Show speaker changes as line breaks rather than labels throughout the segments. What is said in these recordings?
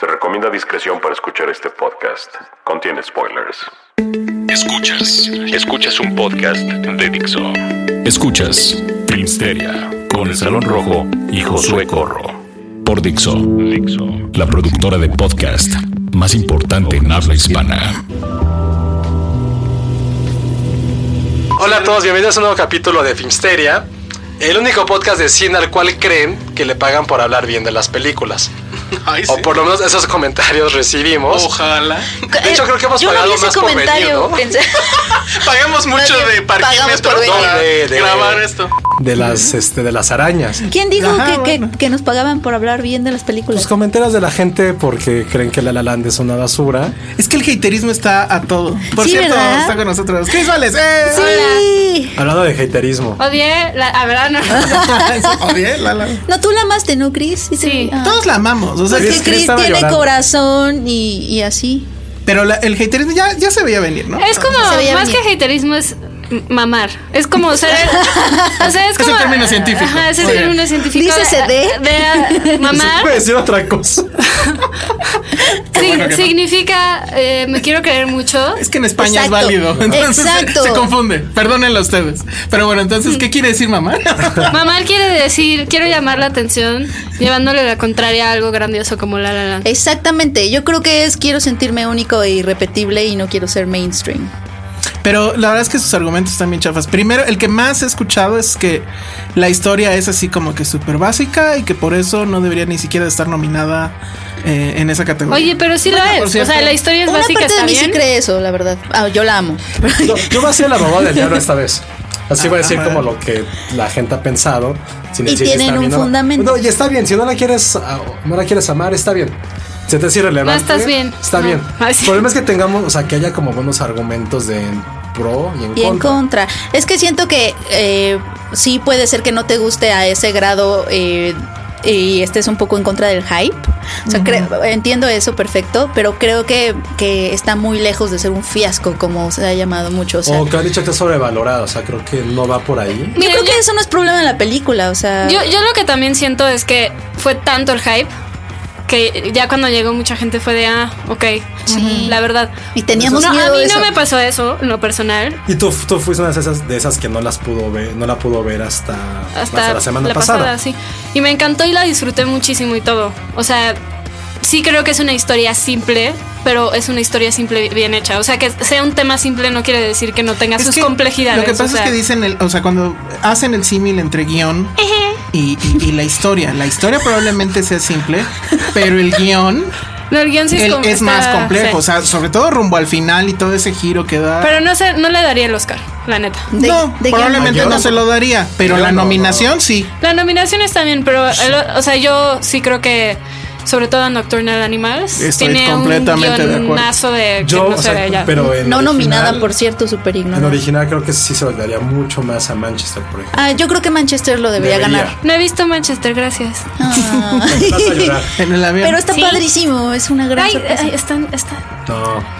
Se recomienda discreción para escuchar este podcast. Contiene spoilers.
Escuchas, escuchas un podcast de Dixo. Escuchas Filmsteria con el Salón Rojo y Josué Corro. Por Dixo, Dixo, la productora de podcast más importante en habla hispana.
Hola a todos, bienvenidos a un nuevo capítulo de Filmsteria, el único podcast de cine al cual creen que le pagan por hablar bien de las películas.
Ay, sí.
O por lo menos esos comentarios recibimos.
Ojalá.
De hecho, creo que hemos
Yo no
pagado
vi ese
más por venir,
comentario.
¿no?
pensé-
Pagamos mucho
Nadie-
de
pagamos
parquímetro
por venir.
para
No, de- de-
grabar esto.
De las, este, de las arañas.
¿Quién dijo
Ajá,
que, que-
bueno. Pues,
que nos pagaban por hablar bien de las películas?
Los comentarios de la gente porque creen que La La Land es una basura.
Es que el haterismo está a todo.
Por Sí, cierto, ¿verdad? está
con nosotros. Chris Vales, ¡eh!
Sí.
Hablando de haterismo.
Odié, la, a ver, ah, no.
No, tú la amaste, ¿no, Cris?
Sí.
Ah.
Todos la amamos. O sea,
Es
Cris
que Cris
estaba
tiene
llorando.
corazón y, y así.
pero el haterismo ya, ya se veía venir, ¿no?
Es como,
Se veía
más
bien.
que haterismo es m- mamar. Es como ser. o sea, es
Es un
como.
término científico.
Ajá, es el
Muy bien.
término científico.
Dícese de-
de, ah, mamar.
Puede decir otra cosa.
sig- significa eh, me quiero creer mucho.
Es que en España
Exacto.
es válido. Entonces se-
Exacto.
Se, confunde. Perdónenlo ustedes. Pero bueno, entonces, ¿qué quiere decir mamá?
Mamar quiere decir quiero llamar la atención, llevándole la contraria a algo grandioso como la la la.
Eh, Exactamente. Yo creo que es quiero sentirme único e irrepetible y no quiero ser mainstream.
Pero la verdad es que sus argumentos están bien chafas. Primero, el que más he escuchado es que la historia es así como que súper básica y que por eso no debería ni siquiera estar nominada eh, en esa categoría.
Oye, pero sí lo
Bueno, por
es. O
cierto.
sea, la historia es
Una
básica,
parte de
está
mí sí
bien.
cree eso, la verdad. Ah, yo la amo.
No, yo voy a ser la mamá del diablo esta vez. Así voy a decir
Ajá.
como lo que la gente ha pensado. Sin
Y
decir si
tienen
está
un
bien o no.
fundamento.
No, y está bien. Si no la quieres, ah, no la quieres amar, está bien. Si te es irrelevante.
No estás bien.
Está
No.
bien.
Ay, sí.
El problema es que tengamos, o sea, que haya como buenos argumentos de en pro y en
Y en
contra.
contra. Es que siento que eh, sí puede ser que no te guste a ese grado eh, y estés un poco en contra del hype. O sea, creo- entiendo eso perfecto, pero creo que, que está muy lejos de ser un fiasco, como se ha llamado mucho. O sea,
O que han dicho que está sobrevalorado. O sea, creo que no va por ahí.
yo
Mira,
creo
yo-
que eso no es problema de la película. O sea,
Yo, yo lo que también siento es que fue tanto el hype que ya cuando llegó mucha gente fue de, ah, ok,
Sí.
la verdad.
y teníamos
No, a
miedo
mí
de eso.
no me pasó eso, en lo personal.
Y tú, tú fuiste una de esas, de esas que no las pudo ver, no la pudo ver hasta,
Hasta,
hasta la semana pasada.
sí. Y me encantó y la disfruté muchísimo y todo. O sea, sí creo que es una historia simple, pero es una historia simple bien hecha. O sea, que sea un tema simple no quiere decir que no tenga
Es
sus
que
complejidades.
Lo que
o
pasa
sea.
es que dicen, el, o sea, cuando hacen el símil entre guión y, y- y la historia, la historia probablemente sea simple, pero el guión
No, el guión sí
él
com-
es más
está-
complejo.
sí.
O sea, sobre todo rumbo al final y todo ese giro que da.
pero no sé, no le daría el Oscar, la neta.
De-
no,
de que-
probablemente
guión.
no se lo daría, pero
Guión
la
no,
nominación sí.
La nominación está bien, pero el- o sea, yo sí creo que sobre todo Nocturnal Animals
Estoy
tiene
completamente de
un
acuerdo.
guionazo de que
Yo,
no
o
se
sea,
ve ya.
pero en
No
original-
nominada, por cierto, súper
En
ignorante.
original creo que sí se lo daría mucho más a Manchester, por ejemplo.
Ah, yo creo que Manchester lo debería,
Debería.
ganar.
No he visto Manchester, gracias.
Ah.
Vas a llorar.
En el avión.
pero está
Sí.
padrísimo, es una gran
Ay,
sorpresa.
ay, están, están.
No,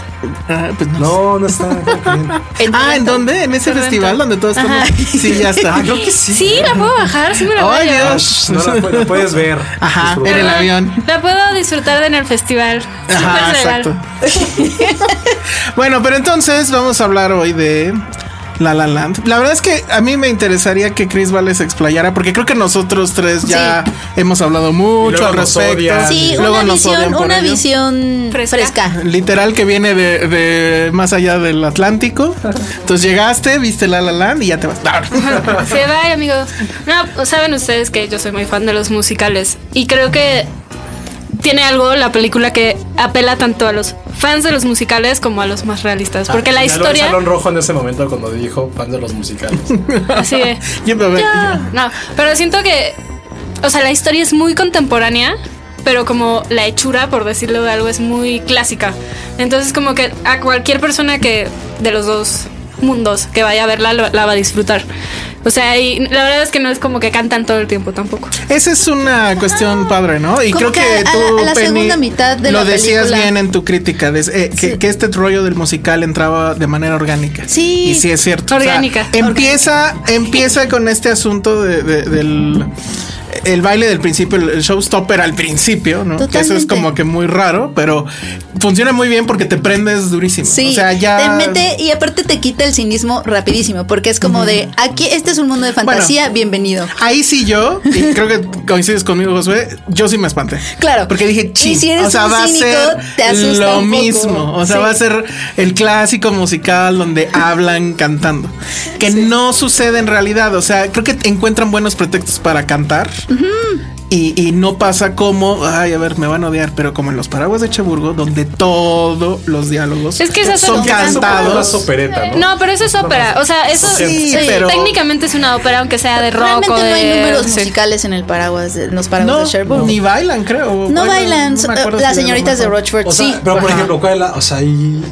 Ah, pues no.
no, no está. creo que bien.
Ah, ¿en dónde? ¿En ese
Torrento.
festival donde todos
Ajá.
comen? Sí, ya está.
Ah, creo que sí.
Sí, la puedo bajar, sí me la voy a
Ay,
llevar.
Ah,
Dios.
shh, no la, pu- la puedes ver.
Ajá,
Disfruta.
en el avión.
La puedo disfrutar en el festival.
Ajá,
Súper legal.
exacto. bueno, pero entonces vamos a hablar hoy de
La La Land. La verdad es que a mí me interesaría que Chris Vale se explayara, porque creo que nosotros tres ya hemos hablado mucho
luego
al
nos
respecto.
odian.
Ah,
Sí,
Luego
una
nos odian
visión,
por
una
ello.
visión Mm, fresca.
Literal que viene de, de más allá del Atlántico. Entonces llegaste, viste La La Land y ya te vas.
Se va, amigos. No, saben ustedes que yo soy muy fan de los musicales y creo que tiene algo la película que apela tanto a los fans de los musicales como a los más realistas, porque la
Ah, Ya lo-
historia
Salón rojo en ese momento cuando dijo fan de los musicales.
así de-
Yo me voy.
No, pero siento que o sea, la historia es muy contemporánea, pero como la hechura, por decirlo de algo, es muy clásica. Entonces, como que a cualquier persona que de los dos mundos que vaya a verla lo- la va a disfrutar. O sea, y la verdad es que no es como que cantan todo el tiempo tampoco.
Esa es una cuestión padre, ¿no? Y
Ah. Como
creo que,
que a- a
tú,
la- a la
Penny,
segunda mitad de
lo
la
decías
película.
bien en tu crítica, de- eh, que, que este rollo del musical entraba de manera orgánica.
Sí.
Y sí es cierto. o sea,
Orgánica.
empieza, empieza con este asunto de- de- del el baile del principio, el el showstopper al principio, ¿no? Que eso es
Totalmente.
como que muy raro, pero funciona muy bien porque te prendes durísimo.
Sí,
o sea, ya
te mete y aparte te quita el cinismo rapidísimo, porque es como de aquí, este es un mundo de fantasía, bienvenido.
Ahí sí yo, y creo que coincides conmigo, Josué, yo sí me espanté.
Claro.
Porque dije,
Y
chis,
si eres
o sea,
un
va a
cínico,
ser
te asusta
lo
un poco.
mismo. O sea,
Sí.
va a ser el clásico musical donde hablan cantando. Que no sucede en realidad. O sea, creo que encuentran buenos pretextos para cantar. Y, y no pasa como, ay, a ver, me van a odiar, pero como en los paraguas de Cheburgo, donde todos los diálogos
Es que esas
son
son-
Más
cantados.
opereta, ¿no?
No, pero eso es ópera. O sea, eso
Sí, pero-
técnicamente es una ópera, aunque sea de rock
Realmente
o
no
de.
hay números
sí.
musicales en el paraguas, de- en los paraguas
No,
de Sherbrooke.
ni bailan, creo.
no bailan,
no me
so-
acuerdo
las
si bailan,
señoritas
no
de
me acuerdo.
Rochford,
O sea,
sí.
pero por ejemplo, ¿cuál es la- o sea, ahí,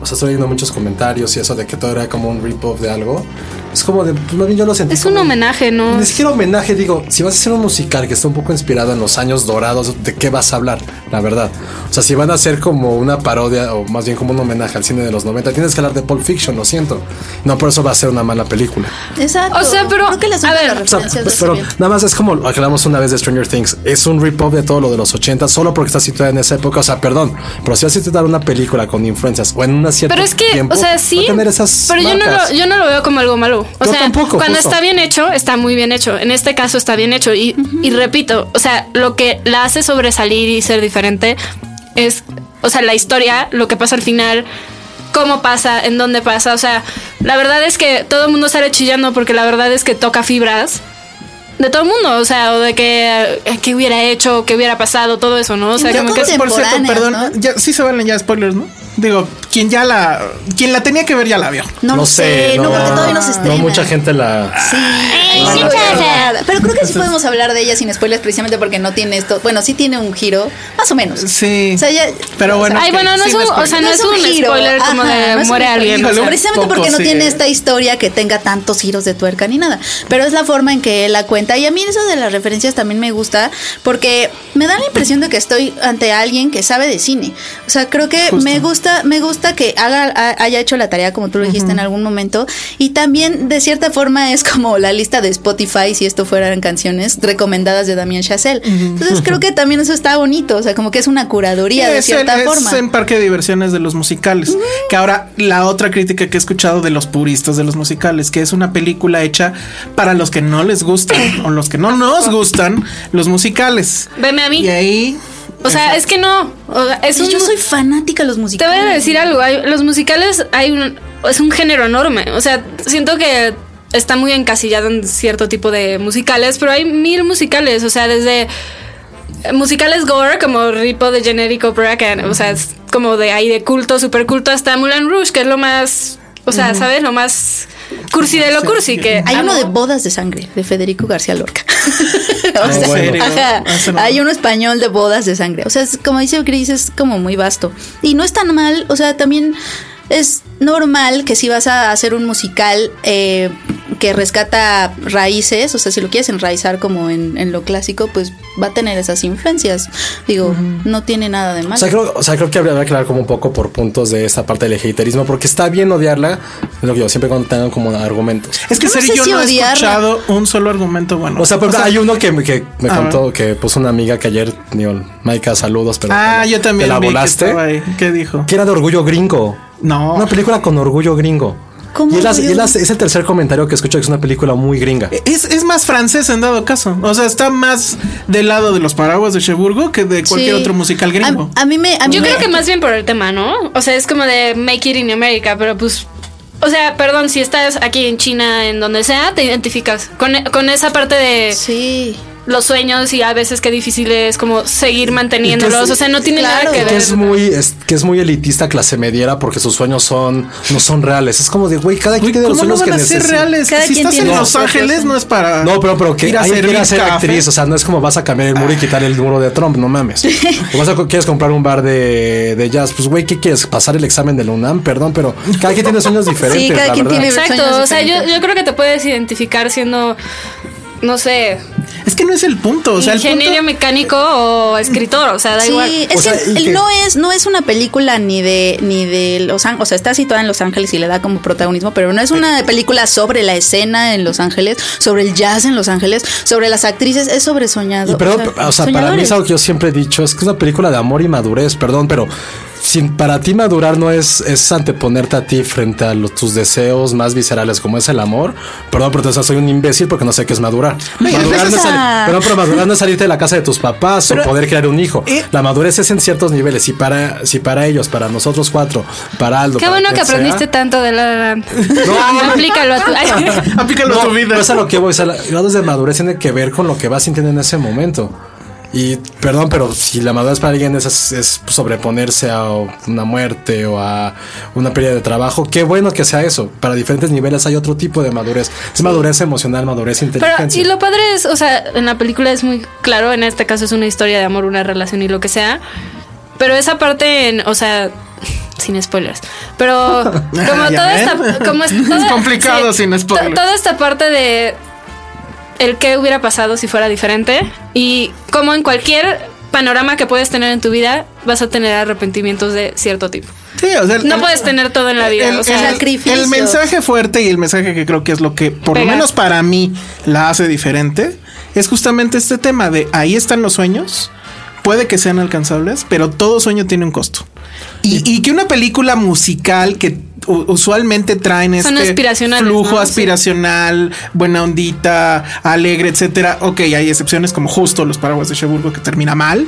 o sea, estoy viendo muchos comentarios y eso de que todo era como un rip-off de algo. Es como de, pues más bien yo lo sentí.
Es un
como-
homenaje, ¿no?
Ni siquiera homenaje, digo, si vas a hacer un musical que está un poco inspirado en los años dorados, ¿de qué vas a hablar? La verdad. O sea, si van a hacer como una parodia o más bien como un homenaje al cine de los 90, tienes que hablar de Pulp Fiction, lo siento. No, por eso va a ser una mala película.
Exacto.
O sea, pero-
Creo que las
a
únicas
ver, o sea,
O sea,
referencias de
pero
ese bien.
nada más es como lo aclaramos una vez de Stranger Things. Es un rip-off de todo lo de los 80, solo porque está situada en esa época. O sea, perdón, pero si vas a situar una película con influencias o en una cierta.
Pero es que,
tiempo,
o sea,
va
sí.
a tener esas
pero yo no,
marcas.
lo, yo no lo veo como algo malo. O
Yo
sea,
tampoco,
cuando
justo.
está bien hecho, está muy bien hecho. En este caso está bien hecho. Y, y repito, o sea, lo que la hace sobresalir y ser diferente es, o sea, la historia, lo que pasa al final, cómo pasa, en dónde pasa. O sea, la verdad es que todo el mundo sale chillando porque la verdad es que toca fibras. De todo el mundo, o sea, o de que, eh, qué hubiera hecho, qué hubiera pasado, todo eso, ¿no? O sea,
Ya
como que
con-
Por cierto,
contemporáneas,
perdón,
¿no?
ya, sí se valen ya spoilers, ¿no? Digo, quien ya la, quien la tenía que ver ya la vio.
No, lo sé, no, porque todavía no se estrena.
No, mucha gente la.
Sí.
sí,
No,
sí,
no, no. Pero creo que sí podemos hablar de ella sin spoilers precisamente porque no tiene esto. Bueno, sí tiene un giro, más o menos.
Sí.
O sea, ya-
Pero bueno,
Ay,
ok,
bueno, no
sí
es un-
me spoileé.
o sea, no es un spoiler como de
no es un
muere alguien,
híjole,
o sea,
precisamente
poco,
porque no
sí.
tiene esta historia que tenga tantos giros de tuerca ni nada. Pero es la forma en que él la cuenta. Y a mí eso de las referencias también me gusta porque me da la impresión de que estoy ante alguien que sabe de cine. O sea, creo que
Justo.
me gusta, me gusta que haga, ha- haya hecho la tarea como tú lo dijiste en algún momento. Y también de cierta forma es como la lista de Spotify si esto fueran canciones recomendadas de Damien Chazelle. Entonces creo que también eso está bonito. O sea, como que es una curaduría de
es,
cierta
en- es
forma.
en Parque de Diversiones de los musicales. Que ahora la otra crítica que he escuchado de los puristas de los musicales, que es una película hecha para los que no les gustan o los que no nos gustan los musicales.
veme a mí.
Y ahí
O sea, es que no. o sea, es
Sí,
un-
yo soy fanática de los
Te
musicales.
voy a decir algo. hay- los musicales hay un, es un género enorme. O sea, siento que está muy encasillado en cierto tipo de musicales, pero hay mil musicales. O sea, desde musicales gore como Ripo de Generic Opera, que, o sea, es como de ahí de culto, super culto, hasta Moulin Rouge, que es lo más. O sea, ¿sabes? Lo más cursi de lo cursi. Que
Hay
amo.
uno de bodas de sangre de Federico García Lorca. O
¿En
sea,
serio?
ajá.
Ah, ese no.
Hay uno español de bodas de sangre. O sea, es como dice Chris, es como muy vasto. Y no es tan mal. O sea, también es normal que si vas a hacer un musical eh, que rescata raíces, o sea, si lo quieres enraizar como en, en lo clásico, pues va a tener esas influencias. Digo, no tiene nada de
O
malo.
sea, creo, o sea, creo que habría que hablar como un poco por puntos de esta parte del haterismo, porque está bien odiarla, es lo que yo siempre cuando tengan como argumentos.
es que
No
Seri,
sé
yo
si
no he
odiarla.
escuchado un solo argumento bueno.
O sea, por ejemplo, hay uno que, me- que me
A
contó que puso una amiga que ayer, digo, Maika, saludos, pero.
ah,
te-
yo también
te la
vi que
volaste.
estaba ahí. ¿Qué dijo?
Que era de orgullo gringo.
No.
Una película con orgullo gringo.
¿Cómo
Y él hace-
voy a-
y él hace- es el tercer comentario que escucho que es una película muy gringa.
Eh,
Es, es más francés en dado caso. O sea, está más del lado de los paraguas de Cheburgo que de cualquier
Sí.
otro musical gringo.
A, a mí me. a mí
Yo
me-
creo que más bien por el tema, ¿no? O sea, es como de Make It in America, pero pues. O sea, perdón, si estás aquí en China, en donde sea, te identificas con, con esa parte de
Sí.
los sueños y a veces qué difícil es como seguir manteniéndolos. O sea, no tiene
claro.
nada que
Y
ver.
que es muy es- que es muy elitista clase mediera porque sus sueños son no son reales es como de güey cada quien
Güey,
tiene los
¿Cómo no
sueños
van
que
a ser
necesita
reales?
Cada
si
quien
estás en
tiene su
Los
propio
Ángeles,
sueño.
no es para.
no, pero, pero que
ir a
alguien quiera
servir
ser
café.
actriz, o sea, no es como vas a cambiar el muro
Ah.
y quitar el muro de Trump, no mames. O vas a co- quieres comprar un bar de, de jazz, pues güey, ¿qué quieres? Pasar el examen de la UNAM, perdón, pero cada quien tiene sueños diferentes.
Sí, cada
la
quien
verdad.
tiene-
Exacto.
sueños
O sea, yo,
diferentes.
yo creo que te puedes identificar siendo. No sé,
Es que no es el punto. O sea, el
ingeniero
punto.
mecánico o escritor, o sea, da
sí,
igual.
es
O sea,
que,
y
el-
que-
no es no es una película ni de ni de Los Ángeles, o sea, está situada en Los Ángeles y le da como protagonismo, pero no es una película sobre la escena en Los Ángeles, sobre el jazz en Los Ángeles, sobre las actrices, es sobre soñado.
Y perdón, o sea, para mí
soñadores.
es algo que yo siempre he dicho, es que es una película de amor y madurez, perdón, pero sin, para ti madurar no es, es anteponerte a ti frente a los- tus deseos más viscerales como es el amor. Perdón, pero o sea, soy un imbécil porque no sé qué es madurar. Madurar no es, sali- perdón, pero madurar no es salirte de la casa de tus papás o poder crear un hijo.
Eh.
la madurez es en ciertos niveles. Si para, si para ellos, para nosotros cuatro, para Aldo.
Qué
para
bueno que
quien sea,
aprendiste tanto de la. la-
No.
aplícalo a tu.
Aplícalo a tu vida.
pero es a lo que voy. O sea, la- grados de madurez tiene que ver con lo que vas sintiendo en ese momento. Y perdón, pero si la madurez para alguien es, es sobreponerse a una muerte o a una pérdida de trabajo, qué bueno que sea eso. Para diferentes niveles hay otro tipo de madurez. Es madurez emocional, madurez
Pero,
inteligencia.
y lo padre es, o sea, en la película es muy claro, en este caso es una historia de amor, una relación y lo que sea. Pero esa parte, en- o sea, sin spoilers. Pero como
Ah, ya
toda
ven.
esta. Como
Es
toda-
complicado sin
to-
spoilers.
Toda esta parte de. El qué hubiera pasado si fuera diferente. Y como en cualquier panorama que puedes tener en tu vida, vas a tener arrepentimientos de cierto tipo.
Sí, o sea, el-
No puedes tener todo en la vida. o sea,
sacrificio.
el mensaje fuerte y el mensaje que creo que es lo que, por lo
Pega.
menos para mí, la hace diferente, ¿Eh? es justamente este tema de ahí están los sueños. Puede que sean alcanzables, pero todo sueño tiene un costo. Y, y que una película musical que u- usualmente traen
Son
este
aspiracionales,
flujo
¿no?
aspiracional, buena ondita, alegre, etcétera. Ok, hay excepciones como justo los paraguas de Cheburgo que termina mal.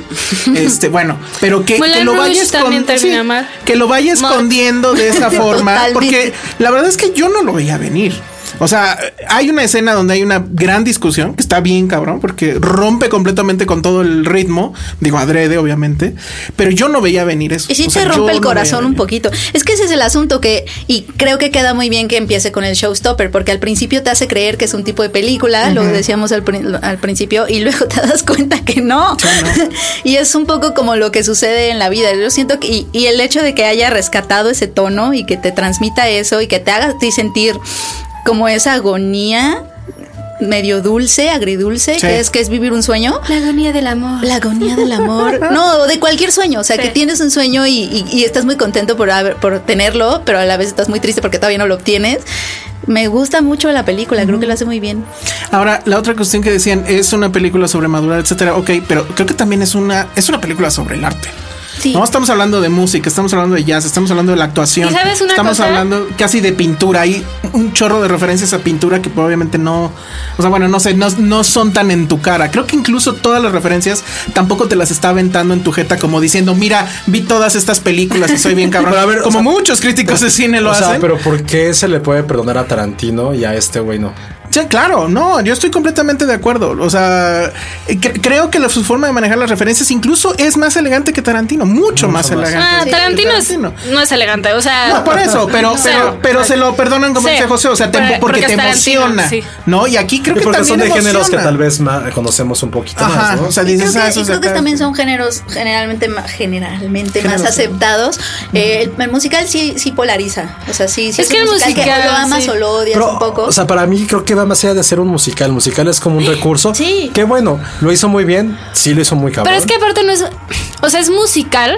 Este, bueno, pero que,
Moulin
que lo
Rouge
vaya escon-
también termina mal.
Que lo vaya
Mal.
escondiendo de esa forma,
Totalmente.
porque la verdad es que yo no lo veía venir. O sea, ah, hay una escena donde hay una gran discusión que está bien cabrón porque rompe completamente con todo el ritmo, digo adrede obviamente, pero yo no veía venir eso.
Y sí
O sea,
te
yo
rompe el
no veía
corazón un
venir.
poquito. Es que ese es el asunto que, y creo que queda muy bien que empiece con el showstopper, porque al principio te hace creer que es un tipo de película, lo decíamos al, prin- al principio, y luego te das cuenta que no. y es un poco como lo que sucede en la vida. Yo siento que, y, y el hecho de que haya rescatado ese tono y que te transmita eso y que te haga a ti sentir como esa agonía medio dulce, agridulce,
Sí.
que es que es vivir un sueño.
La agonía del amor.
La agonía del amor. No, de cualquier sueño. O sea,
Sí.
que tienes un sueño y, y- y estás muy contento por, haber- por tenerlo, pero a la vez estás muy triste porque todavía no lo obtienes. Me gusta mucho la película, creo que lo hace muy bien.
Ahora, la otra cuestión que decían es una película sobre madurar, etcétera. Ok, pero creo que también es una es una película sobre el arte.
Sí.
No estamos hablando de música, estamos hablando de jazz, estamos hablando de la actuación.
¿Y sabes una
estamos
cosa?
hablando casi de pintura. Hay un chorro de referencias a pintura que probablemente no. O sea, bueno, no sé, no, no son tan en tu cara. Creo que incluso todas las referencias tampoco te las está aventando en tu jeta, como diciendo, mira, vi todas estas películas y soy bien cabrón.
Pero a ver, o
como
sea,
muchos críticos de cine lo
o sea,
hacen.
pero ¿por qué se le puede perdonar a Tarantino y a este güey no?
Sí, claro, no, yo estoy completamente de acuerdo. O sea, cre- creo que la, su forma de manejar las referencias incluso es más elegante que Tarantino, mucho, más, elegante.
Ah,
que
Tarantino, es- no es elegante, o sea.
No, por eso, pero,
o sea,
pero, pero se lo perdonan como
Sí,
dice José, o sea, te-
porque-
porque,
porque
te
es Tarantino,
emociona,
sí.
¿no? Y aquí creo
Y
que
porque son
también
de géneros que
emociona.
tal vez ma- conocemos un poquito
Ajá,
más, ¿no?
o sea,
Y
dices,
creo
ah,
que,
eso
y
es
creo que
acá.
también son géneros generalmente ma- generalmente más
Géneros, sí.
aceptados. Eh, el, el musical sí, sí polariza. O sea, sí, sí
Es que el
un
musical,
o lo amas
sí.
o lo odias
Pero,
un poco.
O sea, para mí creo que va más allá de ser un musical. El musical es como un recurso.
Sí.
Qué bueno. Lo hizo muy bien. Sí, lo hizo muy cabrón.
Pero es que aparte no es. O sea, es musical,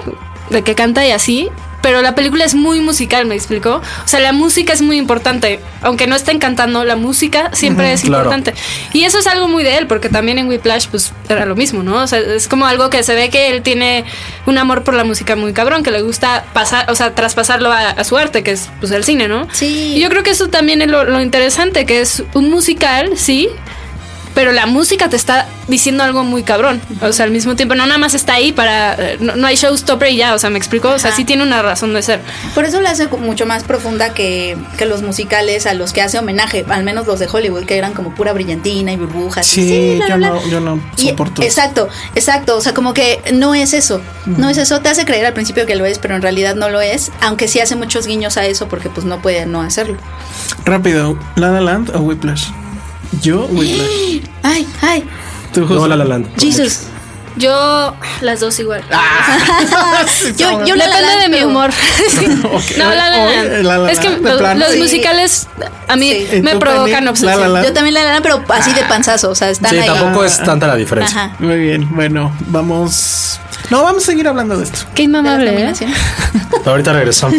de que canta y así.
pero la película es muy musical, ¿me explicó? O sea, la música es muy importante. Aunque no estén cantando, la música siempre es
claro.
importante. Y eso es algo muy de él, porque también en Whiplash, pues era lo mismo, ¿no? O sea, es como algo que se ve que él tiene un amor por la música muy cabrón, que le gusta pasar, o sea, traspasarlo a, a su arte, que es pues el cine, ¿no?
Sí.
Y yo creo que eso también es lo, lo interesante, que es un musical, sí, pero la música te está diciendo algo muy cabrón. O sea, al mismo tiempo, no nada más está ahí para. eh, No, no hay showstopper y ya, o sea, me explico. O sea,
Ajá.
sí tiene una razón de ser.
Ah. Por eso la hace como mucho más profunda que, que los musicales a los que hace homenaje, al menos los de Hollywood, que eran como pura brillantina y burbujas. y
Sí,
bla,
yo,
bla, bla.
no, yo no
Y-
soporto. eso.
exacto, exacto. O sea, como que no es eso. No es eso. Te hace creer al principio que lo es, pero en realidad no lo es. Aunque sí hace muchos guiños a eso porque pues no puede no hacerlo.
Rápido, La La Land o Whiplash. Yo, Whiplash.
Ay, ay,
Tú,
No,
José.
La La Land.
Jesus.
Yo, las dos igual.
Sí,
Yo, yo La La
Depende
Land,
de mi
pero-
humor. No, la, La
Oye,
Land.
Eh, La La
Es que
Land, de
los,
plano.
los
Sí.
musicales a mí
Sí.
¿Y
me
tú,
provocan
Penny?
obsesión.
La La Land.
Yo también la lana, pero así de panzazo. O sea, están
Sí,
ahí.
tampoco es tanta la diferencia.
Ajá.
Muy bien, bueno, vamos. No, vamos a seguir hablando de esto.
Qué
De las
inmamable. ¿eh?
nominaciones.
Ahorita regresamos.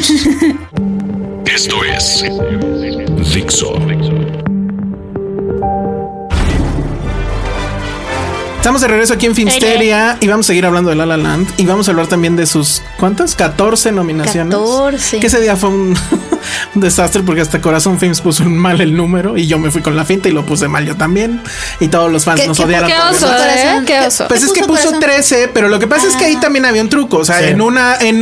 Esto es Dixo.
Estamos de regreso aquí en Filmsteria y vamos a seguir hablando de La La Land y vamos a hablar también de sus ¿cuántas? 14 nominaciones.
14.
Que ese día fue un, un desastre porque hasta Corazón Films puso un mal el número y yo me fui con la finta y lo puse mal yo también y todos los fans
¿Qué-
nos
qué-
odiaron.
Qué
por eso.
oso, ¿eh?
Corazón.
Qué oso. Ah.
Pues
¿Qué
es que
puso
puso
Corazón?
13, pero lo que pasa es que ahí también había un truco, o sea,
Sí.
en una en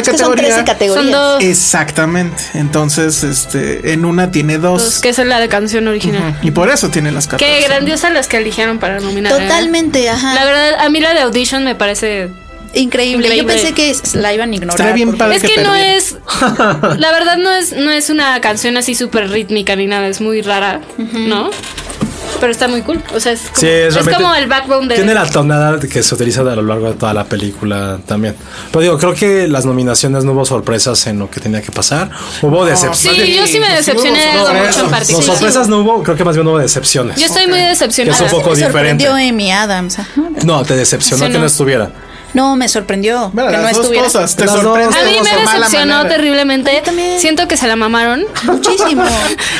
Es que son
categoría
13 categorías.
Son dos,
Exactamente. Entonces, este, en una tiene
dos,
dos.
Pues, que es la de canción original.
y por eso tiene las 14.
Qué grandiosas las que eligieron para nominar. ¿eh?
Totalmente, ajá.
La verdad, a mí la de Audition me parece.
Increíble. Yo
Increíble.
pensé que la iban a ignorar.
Estaría bien
porque-
padre
Es que no
perdiera.
es. La verdad, no es, no es una canción así súper rítmica ni nada. Es muy rara, ¿no? Pero está muy cool. O sea, es como,
Sí,
es
es, realmente-
como el backbone de.
Tiene la tonada que se utiliza a lo largo de toda la película también. Pero digo, creo que las nominaciones no hubo sorpresas en lo que tenía que pasar. Hubo
Sí,
decepciones.
yo Oh, sí me
Sí,
decepcioné de
hubo
algo
sorpresas.
mucho en
No,
No,
particular.
sorpresas no hubo, creo que más bien hubo decepciones.
Yo estoy muy
que es
decepcionada. ¿eh?
un poco
me
diferente.
sorprendió Amy Adams. ajá.
No, te decepcionó
Sí,
que
no.
no estuviera.
No, me sorprendió
Bueno,
que
las
no
dos
estuviera.
cosas. Te
Las dos.
sorprende.
A mí
de
me
mala
decepcionó
manera.
terriblemente.
también.
Siento que se la mamaron.
Muchísimo.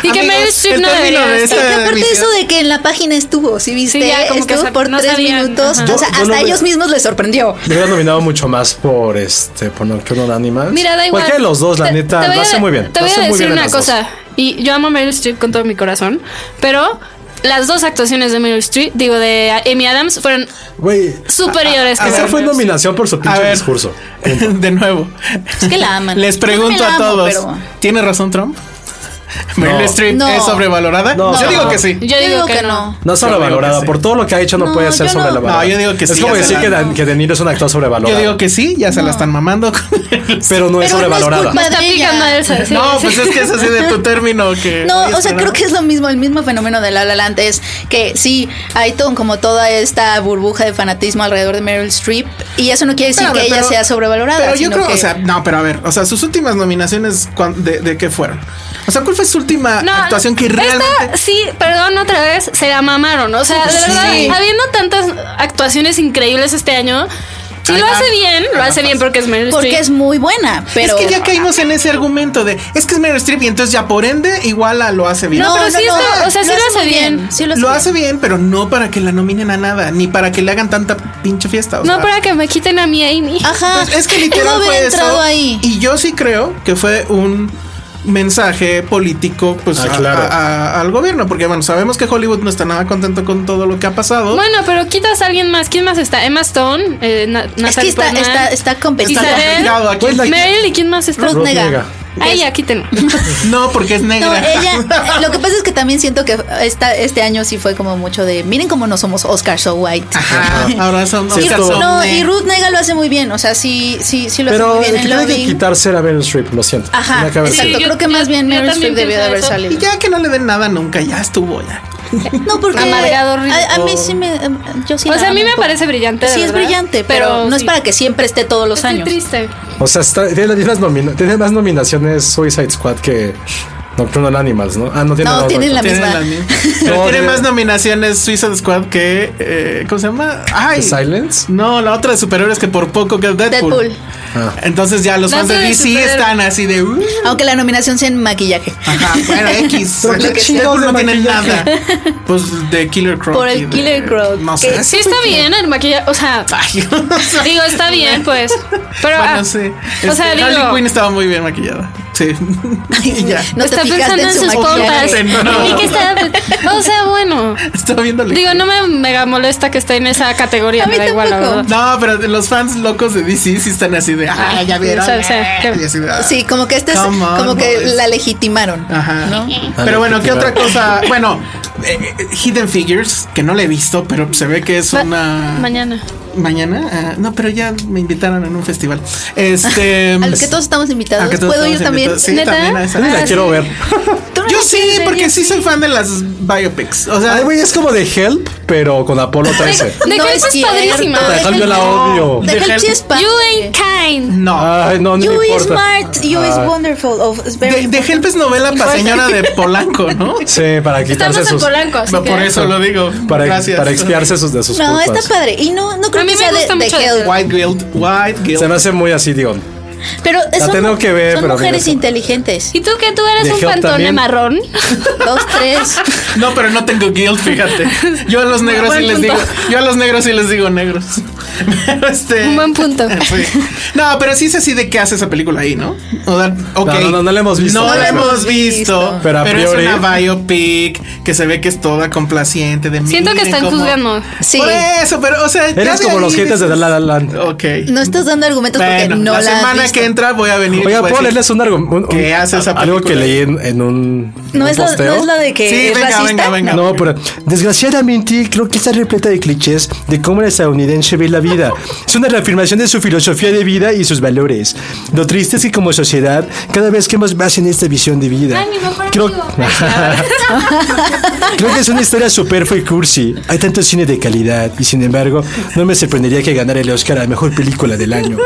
Y que
Amigos,
Meryl Streep
el
no
término
debería
de
estar.
Y
esta
aparte
emisión-
eso de que en la página estuvo, si viste,
Sí, ya, como que
estuvo
se-
por
no
tres
sabían,
minutos.
ajá.
O sea,
Yo- yo
hasta
no
ellos
me-
mismos les sorprendió.
Yo hubiera nominado mucho más por este, por Nocturno Animals.
Mira, da igual.
Cualquiera de los dos, la
Te-
neta,
te voy
lo
a-
hace muy bien.
Te
lo
voy
hace
a
muy
decir
bien en
una
las dos.
cosa. Y yo amo a Meryl Streep con todo mi corazón. Pero las dos actuaciones de Meryl Streep, digo, de Amy Adams, fueron
Güey,
superiores. que
esa
Meryl
fue
Streep.
nominación por su
A
pinche
ver.
discurso.
de nuevo.
Es que la aman.
Les
Yo no
pregunto
la
a
amo,
todos.
pero-
¿Tiene razón Trump? Meryl
No.
Streep
No.
es sobrevalorada.
No,
yo
no.
digo que sí.
Yo digo, que, no.
No es sobrevalorada.
sí.
Por todo lo que ha hecho, no,
No,
puede ser
yo no.
sobrevalorada.
No, yo digo que
Es
sí,
como
ya se
decir
la-
que, Dan- que De Niro es un actor sobrevalorado.
Yo digo que sí, ya se la están mamando.
Pero no es
Pero no es
sobrevalorada.
culpa
Está
de
picando
ella.
Elsa, sí,
no,
sí.
pues es que es así de tu término que.
No, o sea, creo que es lo mismo, el mismo fenómeno de La La Land es que sí, hay todo, como toda esta burbuja de fanatismo alrededor de Meryl Streep y eso no quiere decir
Espérame,
que ella
pero-
sea sobrevalorada.
Pero yo
sino
creo,
que-
o sea, no, pero a ver, o sea, sus últimas nominaciones, cuan- ¿de, de qué fueron? O sea, ¿cuál fue su última
No,
actuación que
esta,
realmente.
sí, perdón, otra vez se la mamaron. O sea, de
Sí.
verdad, habiendo tantas actuaciones increíbles este año, si
Ay,
lo hace
ah,
bien, lo hace bien porque es Meryl
porque
Streep.
es muy buena, pero
es que ya caímos en ese argumento de es que es Meryl Streep y entonces ya por ende igual a lo hace bien.
No, pero sí está- o sea, sí lo hace
muy
bien.
Sí lo hace,
Lo
bien.
hace bien, pero no para que la nominen a nada, ni para que le hagan tanta pinche fiesta. o
No
sea.
para que me quiten a mi Amy.
Ajá.
Pues es que
Pudo
literal
haber
fue
entrado
eso.
ahí.
Y yo sí creo que fue un mensaje político pues
Ah,
a-
claro.
a- a- al gobierno porque bueno sabemos que Hollywood no está nada contento con todo lo que ha pasado
Bueno, pero quitas a alguien más. ¿Quién más está? Emma Stone, eh, Na-
Es que
Natalie
está,
Portman,
está, está competitiva.
Isabel,
complicado
Pues
aquí.
Meryl y quién más está.
Ruth
Nega.
Nega.
Ah, ya, quítenlo.
no porque es negra
No, ella, lo que pasa es que también siento que esta, este año sí fue como mucho de, miren cómo no somos Oscar so white.
Ajá, ahora son
Sí,
Oscar
estuvo-
son
No,
negras.
y Ruth Nega lo hace muy bien, o sea, sí, sí, sí lo hace
Pero
muy bien
el
en
que tiene que
lobbying.
quitarse era Meryl Streep, lo siento.
Ajá,
Tenía que haber
exacto,
sido.
yo-
creo que más
yo-
bien
yo
Meryl
también
Streep debió de
pienso
haber
eso.
y
salido.
ya que no le den nada nunca ya estuvo ya
No, porque
Amargado, horrible.
a, a mí sí me em, yo sí
O
la
sea, a mí
amo
me
por-
parece brillante, de
Sí es
verdad,
brillante, pero,
pero
no es
sí.
para que siempre esté todos los
Estoy
años.
triste.
O sea, está- tiene, las mismas nomina- tiene más nominaciones Suicide Squad que, Nocturnal Animals, ¿no? Ah, no tiene
No,
Lost
tienen la
Record.
misma.
Pero tiene
tiene-
más nominaciones Suicide Squad que. eh, ¿Cómo se llama? ¡Ay!
¿The Silence?
No, la otra de superhéroes que por poco que es Deadpool.
Deadpool.
Ah.
Entonces ya los
No
fans de
sé de
DC
superhéroes.
están así de. "Uh".
Aunque la nominación sea en maquillaje.
Ajá, bueno, X.
Pero
Lo
qué
que
chingados
Deadpool no
de
tiene nada.
maquillaje.
Pues de Killer Croc.
Por el
y de-
Killer Croc,
No
Que
sé.
sí está bien el maquillaje, o sea,
Ay, o sea,
digo, está bien, pues. Pero
bueno,
ah,
sí.
o sea,
Este, Harley
digo-
Quinn estaba muy bien maquillada. Sí. y ya.
No te
está
fijaste
pensando en
en su
sus pompas.
maquillaje.
No.
Y que está, o sea, bueno.
Estaba viéndole.
Digo, no me mega molesta que esté en esa categoría,
A mí
me da igual, la
tampoco.
verdad.
No, pero los fans locos de DC sí están así de. Ah, ya vieron.
O sea, o sea, que-
Y así de, "Ah".
Sí, como que este es,
Come on,
como que
boys.
la legitimaron.
Ajá.
Ah,
Pero bueno, ¿qué
claro.
otra cosa? Bueno, eh, eh, Hidden Figures, que no la he visto, pero se ve que es
Va-
una.
Mañana.
Mañana. ah, no, pero ya me invitaron en un festival. Este.
Al que todos estamos invitados.
al que todos
¿Puedo
estamos
ir también?
invitados. Sí,
¿Neta?
también a esa.
Ni la
Ah,
quiero
sí.
ver.
¿Tú no
Yo
la
sí,
quieres ver,
porque
Diego?
sí soy fan de las biopics. O sea,
Ay, güey, es como de Help, pero con Apolo 13.
De
No
que
es
esa es
cierto.
padrísima.
Puta, Help yo la odio.
Deja
Deja
el
el-
chispa.
You ain't kind.
no. Ah.
Ay, no, no
You
me
is
importa.
smart, you is
Ay.
wonderful.
Oh,
Of, is very
De, de Help es novela para señora de Polanco, ¿no?
Sí, para quitarse
Estamos en
sus...
Polanco, así que.
Por eso lo digo.
Para,
Gracias.
para expiarse sus, de sus
No,
culpas.
está padre. Y no, no creo
A mí me
que sea de,
gusta
de
mucho de
Hell.
Hell.
White Guild. White Guild.
Se me hace muy así, digo.
Pero son,
tengo que ver,
son
pero
mujeres
mira,
inteligentes.
¿Y tú que tú eres
De
un
Help
pantone
también.
marrón?
Dos, tres.
No, pero no tengo guild, fíjate. Yo a los negros sí
Buen
les
punto.
digo, yo a los negros sí les digo negros. Pero este,
Un buen punto.
Sí. No, pero sí es así de qué hace esa película ahí, ¿no? O sea, ok.
No, no, no, no la hemos visto.
No,
No
la
la
hemos visto.
visto.
Pero a
Pero,
priori-
es una biopic que se ve que es toda complaciente de
Siento que
miren
están
cómo-
juzgando.
Sí.
Por eso, pero o sea, ya
Eres
de
como
ahí
los haters de
dices-
La La Land.
Ok.
No estás dando argumentos
Bueno,
porque no la,
la
has
semana
visto.
que entra voy a venir. y
Oiga,
voy a
¿puedo
decir-
leerles un argumento?
pues ¿Qué hace esa
Algo que
película?
leí en, en un.
No
un
es, la,
posteo.
no es la de que
Sí,
es
venga,
racista.
venga, venga.
No, pero desgraciadamente creo que está repleta de clichés de cómo el estadounidense ve la vida. Es una reafirmación de su filosofía de vida y sus valores. Lo triste es que como sociedad cada vez que más más en esta visión de vida.
Ay, mi mejor
creo,
amigo.
creo que es una historia superflua y cursi. Hay tanto cine de calidad y sin embargo no me sorprendería que ganara el Oscar a la mejor película del año.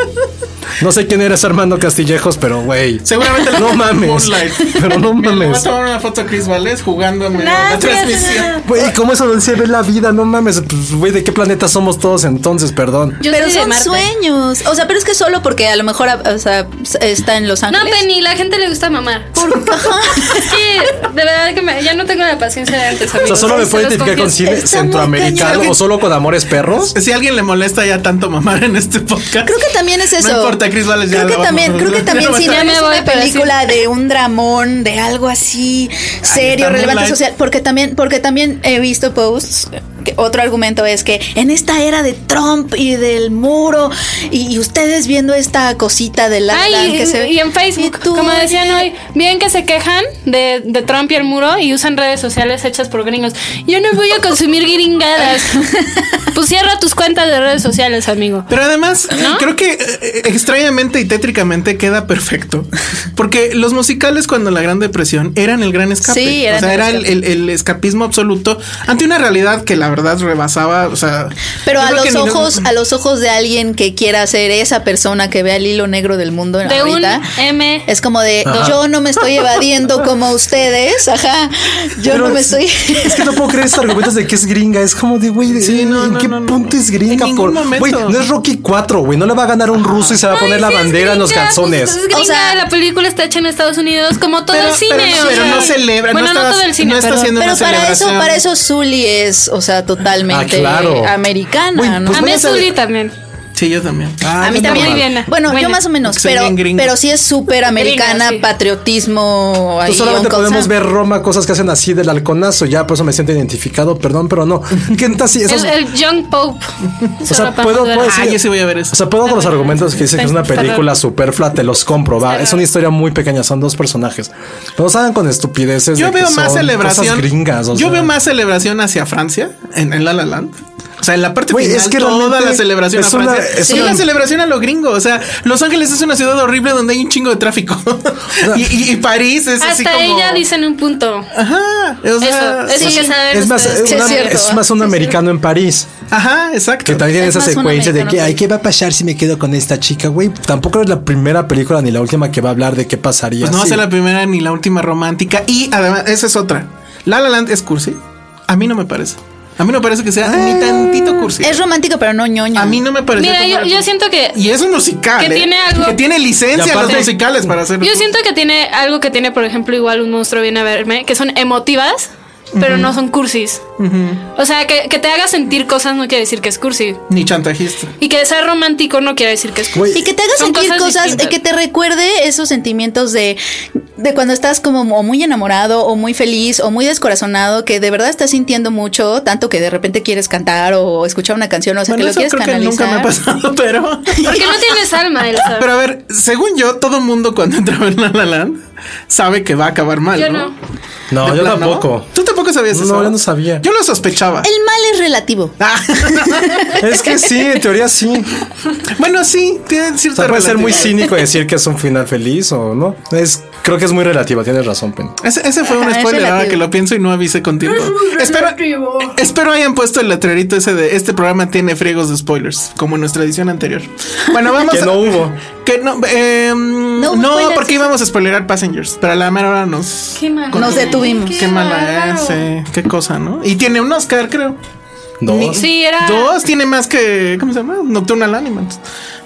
No sé quién eras Armando Castillejos, pero güey.
Seguramente la-
No mames.
Moonlight.
Pero no
Mira, le voy a
mames.
tomar una foto a Chris Valdés jugando en la
Gracias.
transmisión.
Güey, ¿cómo eso se ve la vida? No mames, pues, güey, ¿de qué planeta somos todos entonces? Perdón.
Yo
Pero
soy de
son
Marte.
sueños. O sea, pero es que solo porque a lo mejor o sea, está en Los
No,
Ángeles.
Penny, la gente le gusta mamar. Es que de verdad que me- ya no tengo la paciencia de antes.
O sea,
amigos.
solo me
Se
puedo
los
identificar con
confieso.
cine
Está muy
centroamericano
cañón.
o solo con amores perros.
Si a alguien le molesta ya tanto mamar en este podcast.
Creo que también es eso.
No importa, Chris Wallace ya
Creo que
lo-
también, creo que también
Ya
si no
me
es
voy,
una
pero
película de un dramón, de algo así serio,
está
relevante
Moonlight.
social, porque también, porque también he visto posts. que otro argumento es que en esta era de Trump y del muro y, y ustedes viendo esta cosita de la Land
Ay,
que se ve-
y en Facebook,
Y tú-
como decían hoy, bien que se quejan de, de Trump y el muro y usan redes sociales hechas por gringos. Yo no voy a consumir gringadas. pues cierra tus cuentas de redes sociales, amigo.
Pero además,
¿No?
creo que eh, extrañamente y tétricamente queda perfecto. Porque los musicales cuando la Gran Depresión eran el gran escape.
Sí, eran
o sea,
el
era el, el- el escapismo absoluto ante una realidad que la verdad rebasaba. O sea,
Pero
yo
a
creo que
los
ni-
ojos, a los ojos de alguien que quiera ser esa persona que vea el hilo negro del mundo
De
ahorita,
un M.
es como de yo no me estoy evadiendo como ustedes, ajá. Yo
Pero
no me
es-
estoy
Es que no puedo creer estos argumentos de que es gringa. Es como de, güey, de-
Sí, no,
¿en
no,
qué
no, no.
punto es gringa?
En
por-
ningún momento.
Güey, no es Rocky 4, güey. No le va a ganar un ruso y se va a poner la bandera en los
pues,
calzones.
o
O sea-
sea, la película está hecha en Estados Unidos como todo
Pero-
el cine.
pero no-
o
pero
sea.
no celebra, no
Bueno, no,
estabas-
todo el cine.
no está
perdón.
haciendo
Pero
una
para eso,
celebración.
para eso Zully es, o sea, totalmente
Ah, claro.
americana,
Uy,
¿no?
pues
Amé
váyanse a-
Zully también.
Sí, yo también.
Ah,
a mí
no
también.
mames.
Viviana.
Bueno, yo
Buena.
más o menos,
Soy
pero,
bien gringa.
pero sí es súper
Gringa,
americana,
sí.
patriotismo. ahí,
Pues solamente
un
podemos
concepto.
ver Roma, cosas que hacen así del halconazo. Ya, por eso me siento identificado. Perdón, pero no. ¿Qué neta sí? Esos-
El, el Young Pope.
O sea, puedo, puedo
Ah,
decir-
yo sí voy a ver eso.
O sea, puedo con los argumentos que dicen que es una
Está
película
raro.
superflua, te los compro, va. Es una historia muy pequeña, son dos personajes. No salgan con estupideces.
Yo
de que
veo más
son
celebración.
Cosas gringas. o
yo
sea.
veo más celebración hacia Francia en, en La La Land O sea, en la parte
Güey,
final,
es que
toda
realmente
la celebración
es
a
una-
Francia.
es
Es,
una-
la celebración a lo gringo. O sea, Los Ángeles es una ciudad horrible donde hay un chingo de tráfico. y, y- y París es así
Hasta
como...
ella dice en un punto.
Ajá. o sea,
eso, eso
sí.
que saben
Es más,
ustedes
es,
que
una-
cierto.
es más un americano en París.
Ajá, exacto.
Que también tiene
Es
esa
más un
secuencia de
americano
que,
en
ay,
París.
¿qué va a pasar si me quedo con esta chica, güey? Tampoco es la primera película ni la última que va a hablar de qué pasaría.
Pues no va a
si-
ser la primera ni la última romántica. Y además, esa es otra. La La Land es cursi. A mí no me parece. A mí no me parece que sea ni tantito cursi.
Es romántico, pero no ñoño.
A mí no me parece.
Ah, Mira,
como
yo,
algo-
yo siento que.
Y es un musical.
Que
¿eh?
tiene algo-
Que tiene licencia
Y aparte-
los musicales para hacer.
Yo siento que tiene algo que tiene, por ejemplo, igual un monstruo viene a verme, que son emotivas, pero no son cursis. O sea, que, que te haga sentir cosas no quiere decir que es cursi.
Ni chantajista.
Y que sea romántico no quiere decir que es cursi.
Güey,
Y que te haga
Son
sentir
cosas
cosas,
distintas.
eh, que te recuerde esos sentimientos de, de cuando estás como o muy enamorado o muy feliz o muy descorazonado, que de verdad estás sintiendo mucho, tanto que de repente quieres cantar o escuchar una canción, o sea,
Bueno,
que lo
eso
quieres
creo que nunca
canalizar.
me ha pasado, pero.
Porque no tienes alma, Elsa.
Pero a ver, según yo, todo mundo cuando entra en La La Land sabe que va a acabar mal.
Yo
¿no?
no.
No,
¿De
yo
plano?
tampoco.
¿Tú tampoco sabías
No,
eso?
yo no sabía.
Yo lo sospechaba.
El mal es relativo.
Ah,
Es que sí, en teoría sí.
bueno, sí, tiene
O
cierta
sea, puede ser muy
relatividad.
cínico decir que es un final feliz o no. Es, creo que es muy relativa, tienes razón, Pen.
Ese, ese fue un
Ajá, es
spoiler ahora
relativo.
que lo pienso y no avisé con tiempo. Espero, espero hayan puesto el letrerito ese de este programa tiene friegos de spoilers, como en nuestra edición anterior. Bueno, vamos
Que
a-
no hubo.
Que no, em,
No
no,
hubo spoilers,
porque
sí.
íbamos a spoilerar Passengers, pero a la mera hora nos.
Qué mala.
Nos detuvimos.
Qué, mala es, eh, qué cosa, ¿no? Y tiene un Oscar, creo.
Dos.
Sí, era.
Dos tiene más que. ¿Cómo se llama? Nocturnal Animals.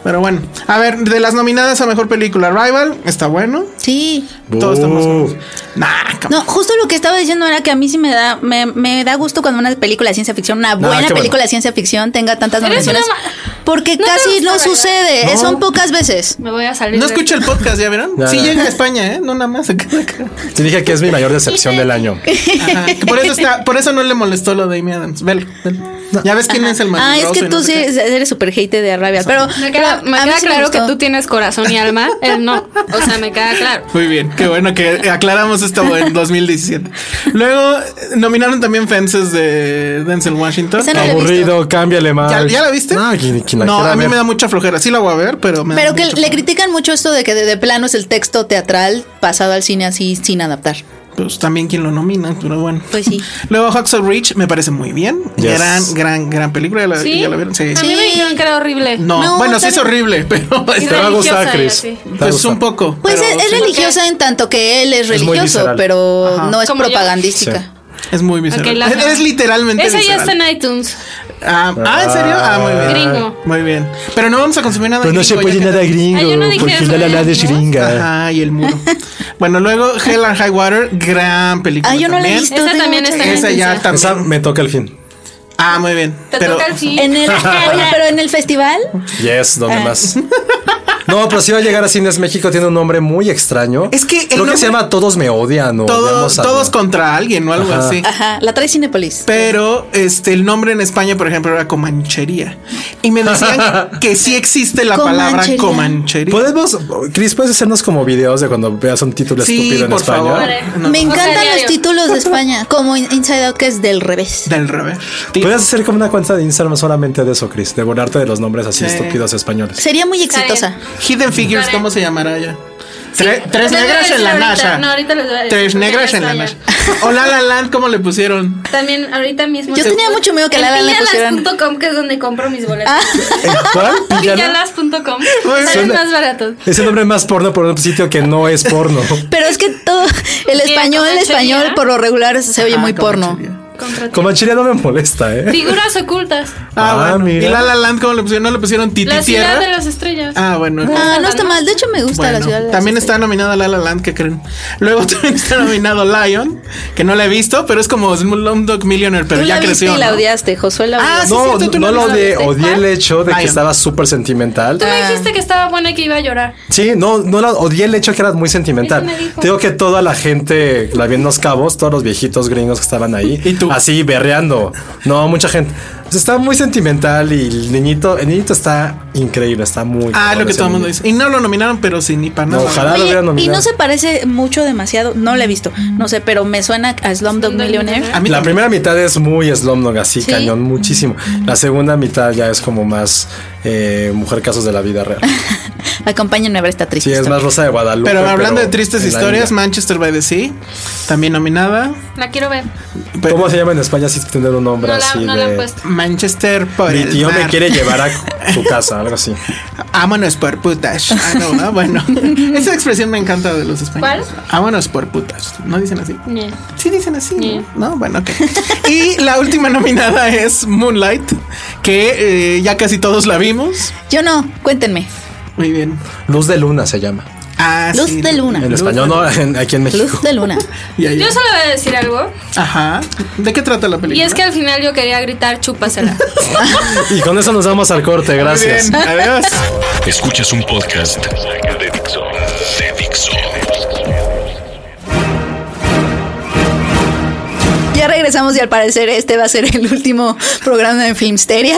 Pero bueno, a ver, de las nominadas a mejor película, Rival está bueno.
Sí.
Uh.
Todos estamos. Nah, come
No, justo lo que estaba diciendo era que a mí sí me da, me, me da gusto cuando una película de ciencia ficción, una buena
qué bueno.
película de ciencia ficción, tenga tantas
Eres
nominaciones.
una ma-
Porque
No te
casi
gusta,
no
¿verdad?
sucede, eh, son pocas veces.
Me voy a salir.
No
de-
escucha el podcast, ¿ya vieron?
Ya,
sí
ya.
llega a España, ¿eh? No nada más se queda acá.
Te dije que es mi mayor decepción del año.
Ajá. Que Por eso está, por eso no le molestó lo de Amy Adams. Velo, velo. Ya ves quién es el más
Ah, es que tú sí eres súper hate de Arabia, pero,
Me
pero
queda, me
a mí
queda
sí me
claro
gustó.
que tú tienes corazón y alma. Él no. O sea, me queda claro.
Muy bien, qué bueno que aclaramos esto en 2017. Luego eh, nominaron también Fences de Denzel Washington.
Esa no la he visto.
Aburrido, cámbiale más.
¿Ya, ya la viste?
No, quien- quien la
No,
quiera
a mí
ver.
me da mucha flojera. Sí la voy a ver, pero me da
Pero que
mucha
le
flojera.
critican mucho esto de que de, de plano es el texto teatral pasado al cine así sin adaptar.
Pues también quien lo nomina, pero bueno.
Pues sí.
Luego Hacksaw Ridge me parece muy bien.
Yes.
Gran, gran, gran película. Ya la,
¿Sí?
ya la vieron. Sí.
A mí me dijeron que era horrible.
No,
No,
bueno, sí
está
es horrible, pero
Y
Te va a
religiosa
gustar,
y
Chris.
así.
Te va a
Pues
gustar.
un poco.
Pues
pero
es, es
sí.
religiosa en tanto que él es
Es muy
religioso,
visceral.
pero
Ajá.
no es
Como yo.
propagandística.
Es muy miserable.
Ok, la-
es, es literalmente
Esa ya está
visceral.
en iTunes.
Ah, ah, ¿en serio? Ah, muy bien.
Gringo.
Muy bien. Pero no vamos a consumir nada
Pero no se
gringo,
puede
ya que-
nada
Ay, Ah, yo
gringo,
no dije
porque
eso,
la la la
¿eh?
de gringa.
Ajá, y el muro. bueno, luego Hell and High Water, gran película.
Ah, yo no la he
también.
visto.
Esa
tengo
también
muchas
está en
ganas.
Esa ya también.
Esa me toca el fin.
Ah, muy bien.
Te
Pero-
toca el fin.
En el- oye, pero en el festival,
Yes,
Eh.
donde más. No, pero si va a llegar a Cines México, tiene un nombre muy extraño.
Es que el
Creo que
nombre-
se llama Todos me odian o
Todo-
odiamos a-
todos contra alguien o algo así.
ajá, la trae Cinepolis.
Pero este el nombre en España, por ejemplo, era comanchería. Y me decían que sí existe la palabra
Comanchería.
comanchería.
Podemos, Chris, puedes hacernos como videos de cuando veas un título
Sí,
estúpido en
por
España.
favor. No,
Me
O sea,
encantan los
diario.
títulos de España, como In- Inside Out, que es del revés.
Del revés.
Puedes hacer como una cuenta de Instagram solamente de eso, Chris, de volarte de los nombres así
Sí.
estúpidos españoles.
Sería muy
Está
exitosa.
Hidden Figures, ¿cómo se llamará ya? Tre- tres
les voy a
negras en
decir
la
ahorita.
NASA.
No, ahorita les voy a decir,
Tres
porque
negras
ya
en
está
la NASA. O La La Land, ¿cómo le pusieron?
También ahorita mismo.
Yo
Pues,
se-
eh,
tenía mucho miedo que
en
la- la- la pusieran.
pillalas.com, que es donde compro mis boletos.
Ah,
¿En cuál? ¿Pillala?
Pillalas.com.
bien.
Salen
Suena-
más baratos.
Es el nombre más porno por un sitio que no es porno.
Pero es que todo el
Mira,
español, el
comanchería.
español por lo regular se oye
Ah,
muy porno.
comanchería.
Contraté.
Comanchería no me molesta, ¿eh?
Figuras ocultas.
Ah,
Ah,
bueno.
mira.
¿Y La La Land cómo le pusieron? ¿No le pusieron Titi
La ciudad
Tierra?
de las estrellas.
Ah, bueno.
Ah, no está mal. De hecho, me gusta
Bueno,
la ciudad. de las
también está
estrellas.
nominada La La Land, ¿qué creen? Luego también está nominado Lion, que no la he visto, pero es como Slumdog Millionaire, pero
Tú
ya
la viste
creció.
y la
¿no?
odiaste, Josué la
Ah,
odió.
sí,
No,
cierto, tú
no
no
lo
lo
odié, odié el hecho de que
Ay, no.
estaba súper sentimental.
Ah. Tú me dijiste que estaba buena y que iba a llorar.
Sí, no, no la- odié el hecho que era muy sentimental.
Eso me dijo.
Te Digo que toda la gente la vi en los cabos, todos los viejitos gringos que estaban ahí,
¿Y tú?
así berreando. No, mucha gente. O sea, está muy sentimental y el niñito, el niñito está increíble, está muy.
Ah,
cabrón
lo que
ese
todo el mundo
niño.
dice. Y no lo nominaron, pero sin ni para
No,
nada.
ojalá lo
Oye,
hubieran
y
nominado.
no se parece mucho demasiado, no
Mm,
la he visto, no sé, pero me suena a Slumdog Millionaire.
A mí
La
también.
primera mitad es muy slumdog, así
Sí.
cañón, muchísimo. La segunda mitad ya es como más eh, mujer casos de la vida real.
Acompáñenme a ver esta
Sí,
triste
es
historia.
más Rosa de Guadalupe.
Pero hablando de tristes
en la
historias,
India.
Manchester by the Sea, también nominada.
La quiero ver.
Pero-
¿Cómo se llama en España si tener un nombre
No la,
así
no la han
de?
puesto.
Manchester por
Mi
el
tío me
mar.
quiere llevar a su casa, algo así.
Vámonos por putas. Ah, no, ¿verdad? bueno. Esa expresión me encanta de los españoles.
¿Cuál?
Vámonos por putas. ¿No dicen así?
Ni-
Sí dicen así, ¿no?
Yeah.
¿no? Bueno, ok. Y la última nominada es Moonlight, que eh, ya casi todos la vimos.
Yo no, cuéntenme.
Muy bien.
Luz de luna se llama.
Ah,
Luz
sí.
de luna.
En español, no, en- aquí en México.
Luz de luna.
Ya, ya.
Yo solo voy a decir algo.
Ajá. ¿De qué trata la
Y
película?
es que al final yo quería gritar, chúpasela.
Y con eso nos vamos al corte,
Muy
gracias.
bien, Adiós.
Escuchas un podcast de Dixo. De Dixo.
Ya regresamos y al parecer este va a ser el último programa de Filmsteria.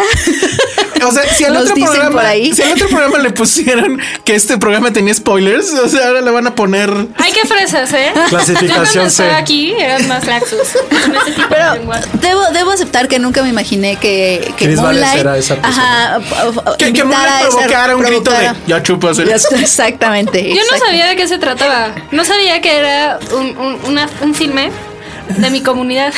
O sea, si al,
Nos
otro
dicen
programa,
por ahí.
si al otro programa le pusieron que este programa tenía spoilers, o sea, ahora le van a poner.
Ay, qué fresas, ¿eh?
Clasificación
Yo cuando estaba
C.
aquí eran más laxos. Con ese tipo de lenguaje.
Debo, debo aceptar que nunca me imaginé que, que
Chris Valles
Moonlight-
era esa persona.
ajá, o- o-
Que, que
invitara a
Moonlight
esa-
provocara un grito de.
provocara-
Ya chupas el.
Ya está, Exactamente.
Yo no
exacto.
sabía de qué se trataba. No sabía que era un, un- una- un filme de mi comunidad.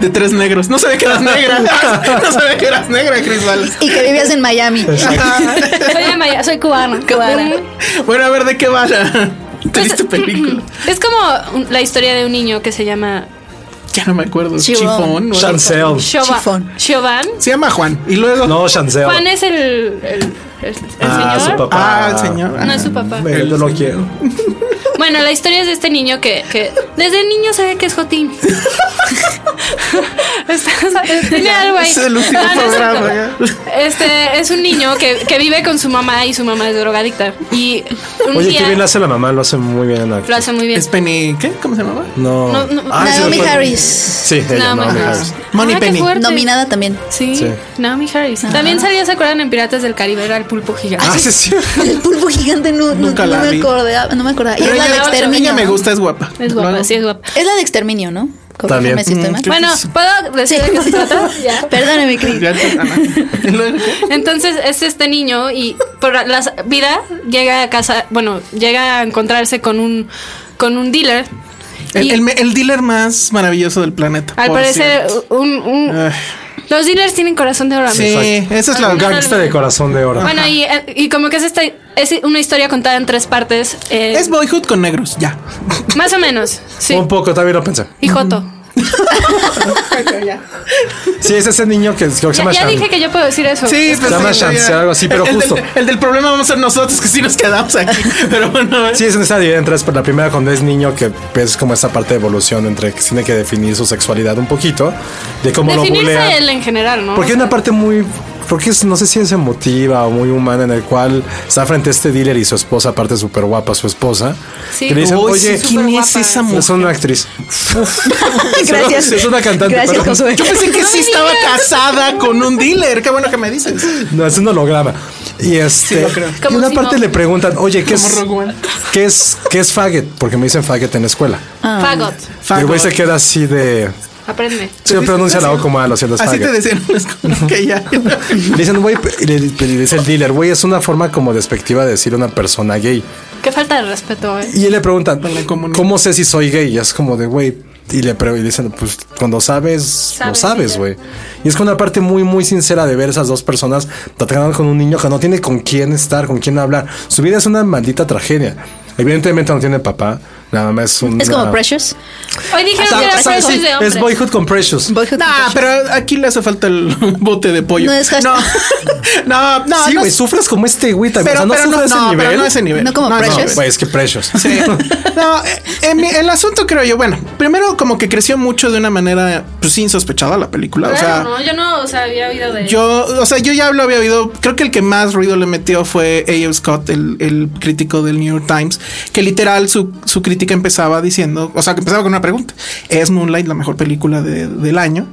De tres negros. No sabía que eras negra. No sabía que eras negra, Chris Valles.
Y que vivías en Miami.
Soy de Maya, soy cubana.
Cubana.
Bueno, a ver, ¿de qué va la
Pues,
triste película?
Es como un- la historia de un niño que se llama
Ya no me acuerdo.
Chivón.
Chifón. ¿no?
Chancel.
Shoban.
Chifón.
Shoban.
Se llama Juan. Y luego.
No, Chancel.
Juan es el, el- el- el
Ah,
señor.
su papá.
Ah, el señor. Ah,
No es su papá.
Eh, Yo lo quiero.
Bueno, la historia es de este niño que, que desde niño sabe que es Jotín. Está- Tiene algo ahí.
Es el último
Ah, no es cierto.
programa. ya.
Este es un niño que, que vive con su mamá y su mamá es drogadicta. Y un
Oye,
día
qué bien lo hace la mamá, lo hace muy bien en la
lo hace muy bien.
Es Penny. ¿Qué? ¿Cómo se llamaba?
No.
No, no.
Ay, sí,
Naomi
recuerdo.
Harris.
Sí, ella,
Naomi
Naomi
Harris.
Harris.
Money
Ah, qué
Penny.
fuerte.
Nominada también.
Sí,
Sí.
Naomi Harris. También salía, ¿se acuerdan? En Piratas del Caribe era el pulpo gigante.
Ah, sí, sí.
El pulpo gigante no, no-
Nunca
no
la
me
vi.
acordaba. No me acordaba. Y
Pero
es la
ella,
de exterminio.
ella me
¿no?
gusta, es guapa.
Es guapa,
Luego-
sí, es guapa.
Es la de exterminio, ¿no?
También.
Corrígeme si estoy mal.
Mm,
Bueno, ¿puedo decir de qué se trata?
Ya. Perdóname, Cris.
Ya te- Ana. Y luego-
Entonces es este niño y por la s- vida llega a casa, bueno, llega a encontrarse con un, con un dealer.
El,
Y
el me- el dealer más maravilloso del planeta.
al
por
parecer,
cierto.
un, un-
Ay,
los dealers tienen corazón de oro. amigos.
Sí, esa es la
Alguna-
Gangsta de corazón de oro.
Bueno, y, y como que es, esta, es una historia contada en tres partes. eh,
Es Boyhood con negros, ya.
más o menos, sí.
Un poco, también lo pensé.
Y Joto.
Sí, es ese niño que, que se
Ya,
llama
ya
Shan.
dije que yo puedo decir eso.
Sí, pues
llama
sí,
Chance,
ya.
algo así, pero
El- el
justo.
del- El, del problema vamos a ser nosotros que sí nos quedamos aquí. Pero bueno, eh.
Sí, es necesaria dividida en tres, pero la primera cuando es niño que es como esa parte de evolución entre que tiene que definir su sexualidad un poquito, de cómo lo
Definirse
bulea.
él en
eh.
general, ¿no?
Porque hay una parte muy, porque es, no sé si es emotiva o muy humana en el cual está frente a este dealer y su esposa, aparte súper guapa su esposa,
Sí.
que le dicen,
Uy,
oye,
sí,
¿quién
súper
es
guapa.
esa
es
mujer?
una actriz.
Gracias.
Es una cantante,
Gracias,
perdón.
Josué.
Yo pensé que sí estaba casada con un dealer. Qué bueno que me dices.
No, es un holograma. Y este, y
Como
una
si
parte
no-
le preguntan, oye, ¿qué
Como
es,
Rogue One.
¿qué es, qué es faggot? Porque me dicen faggot en la escuela.
Ah.
Fagot.
Y el güey se queda así de,
Aprende.
se pronuncia la O como A, lo siento, es
Así
faggot.
te decían en la escuela que ya.
Le dicen, güey, y le, le dice el dealer, güey, es una forma como despectiva de decir una persona gay.
Qué falta de respeto, ¿eh?
Y él le preguntan,
Con la comunidad.
¿cómo sé si soy gay? Y es como de, güey, y le, pre- y le dicen, pues cuando sabes, lo
Sabes,
sabes,
sí,
güey. Y es con una parte muy, muy sincera de ver esas dos personas tratando con un niño que no tiene con quién estar, con quién hablar. Su vida es una maldita tragedia. Evidentemente no tiene papá, nada más es un... Ah,
Es como Precious.
Hoy dijeron que era
¿sabes?
Precious de
es
hombre.
Boyhood con Precious.
Boyhood
Ah,
Confessions.
pero aquí le hace falta el bote de pollo.
No es hashtag.
No, no, no.
sí,
no
güey, sufres como este güey también.
pero,
o sea, no
pero no,
sufres
no,
ese nivel.
pero no ese nivel.
No como Precious.
Güey, es que Precious.
Sí. No, eh, en mi- el asunto creo yo, bueno, primero como que creció mucho de una manera pues insospechada la película,
Claro,
o
no, yo
sea,
no o sea, había oído de
yo, o sea, yo ya lo había oído, creo que el que más ruido le metió fue A.F. Scott, el, el crítico del New York Times, que literal su, su crítica empezaba diciendo, o sea, que empezaba con una pregunta. ¿Es Moonlight la mejor película de- del año?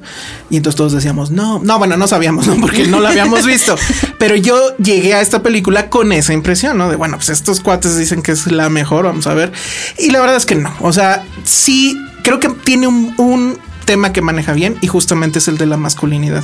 Y entonces todos decíamos, no, no, bueno, no sabíamos, ¿no? Porque no la habíamos visto. Pero yo llegué a esta película con esa impresión, ¿no? De, bueno, pues estos cuates dicen que es la mejor, vamos a ver. Y la verdad es que no. O sea, sí, creo que tiene un- un tema que maneja bien y justamente es el de la masculinidad.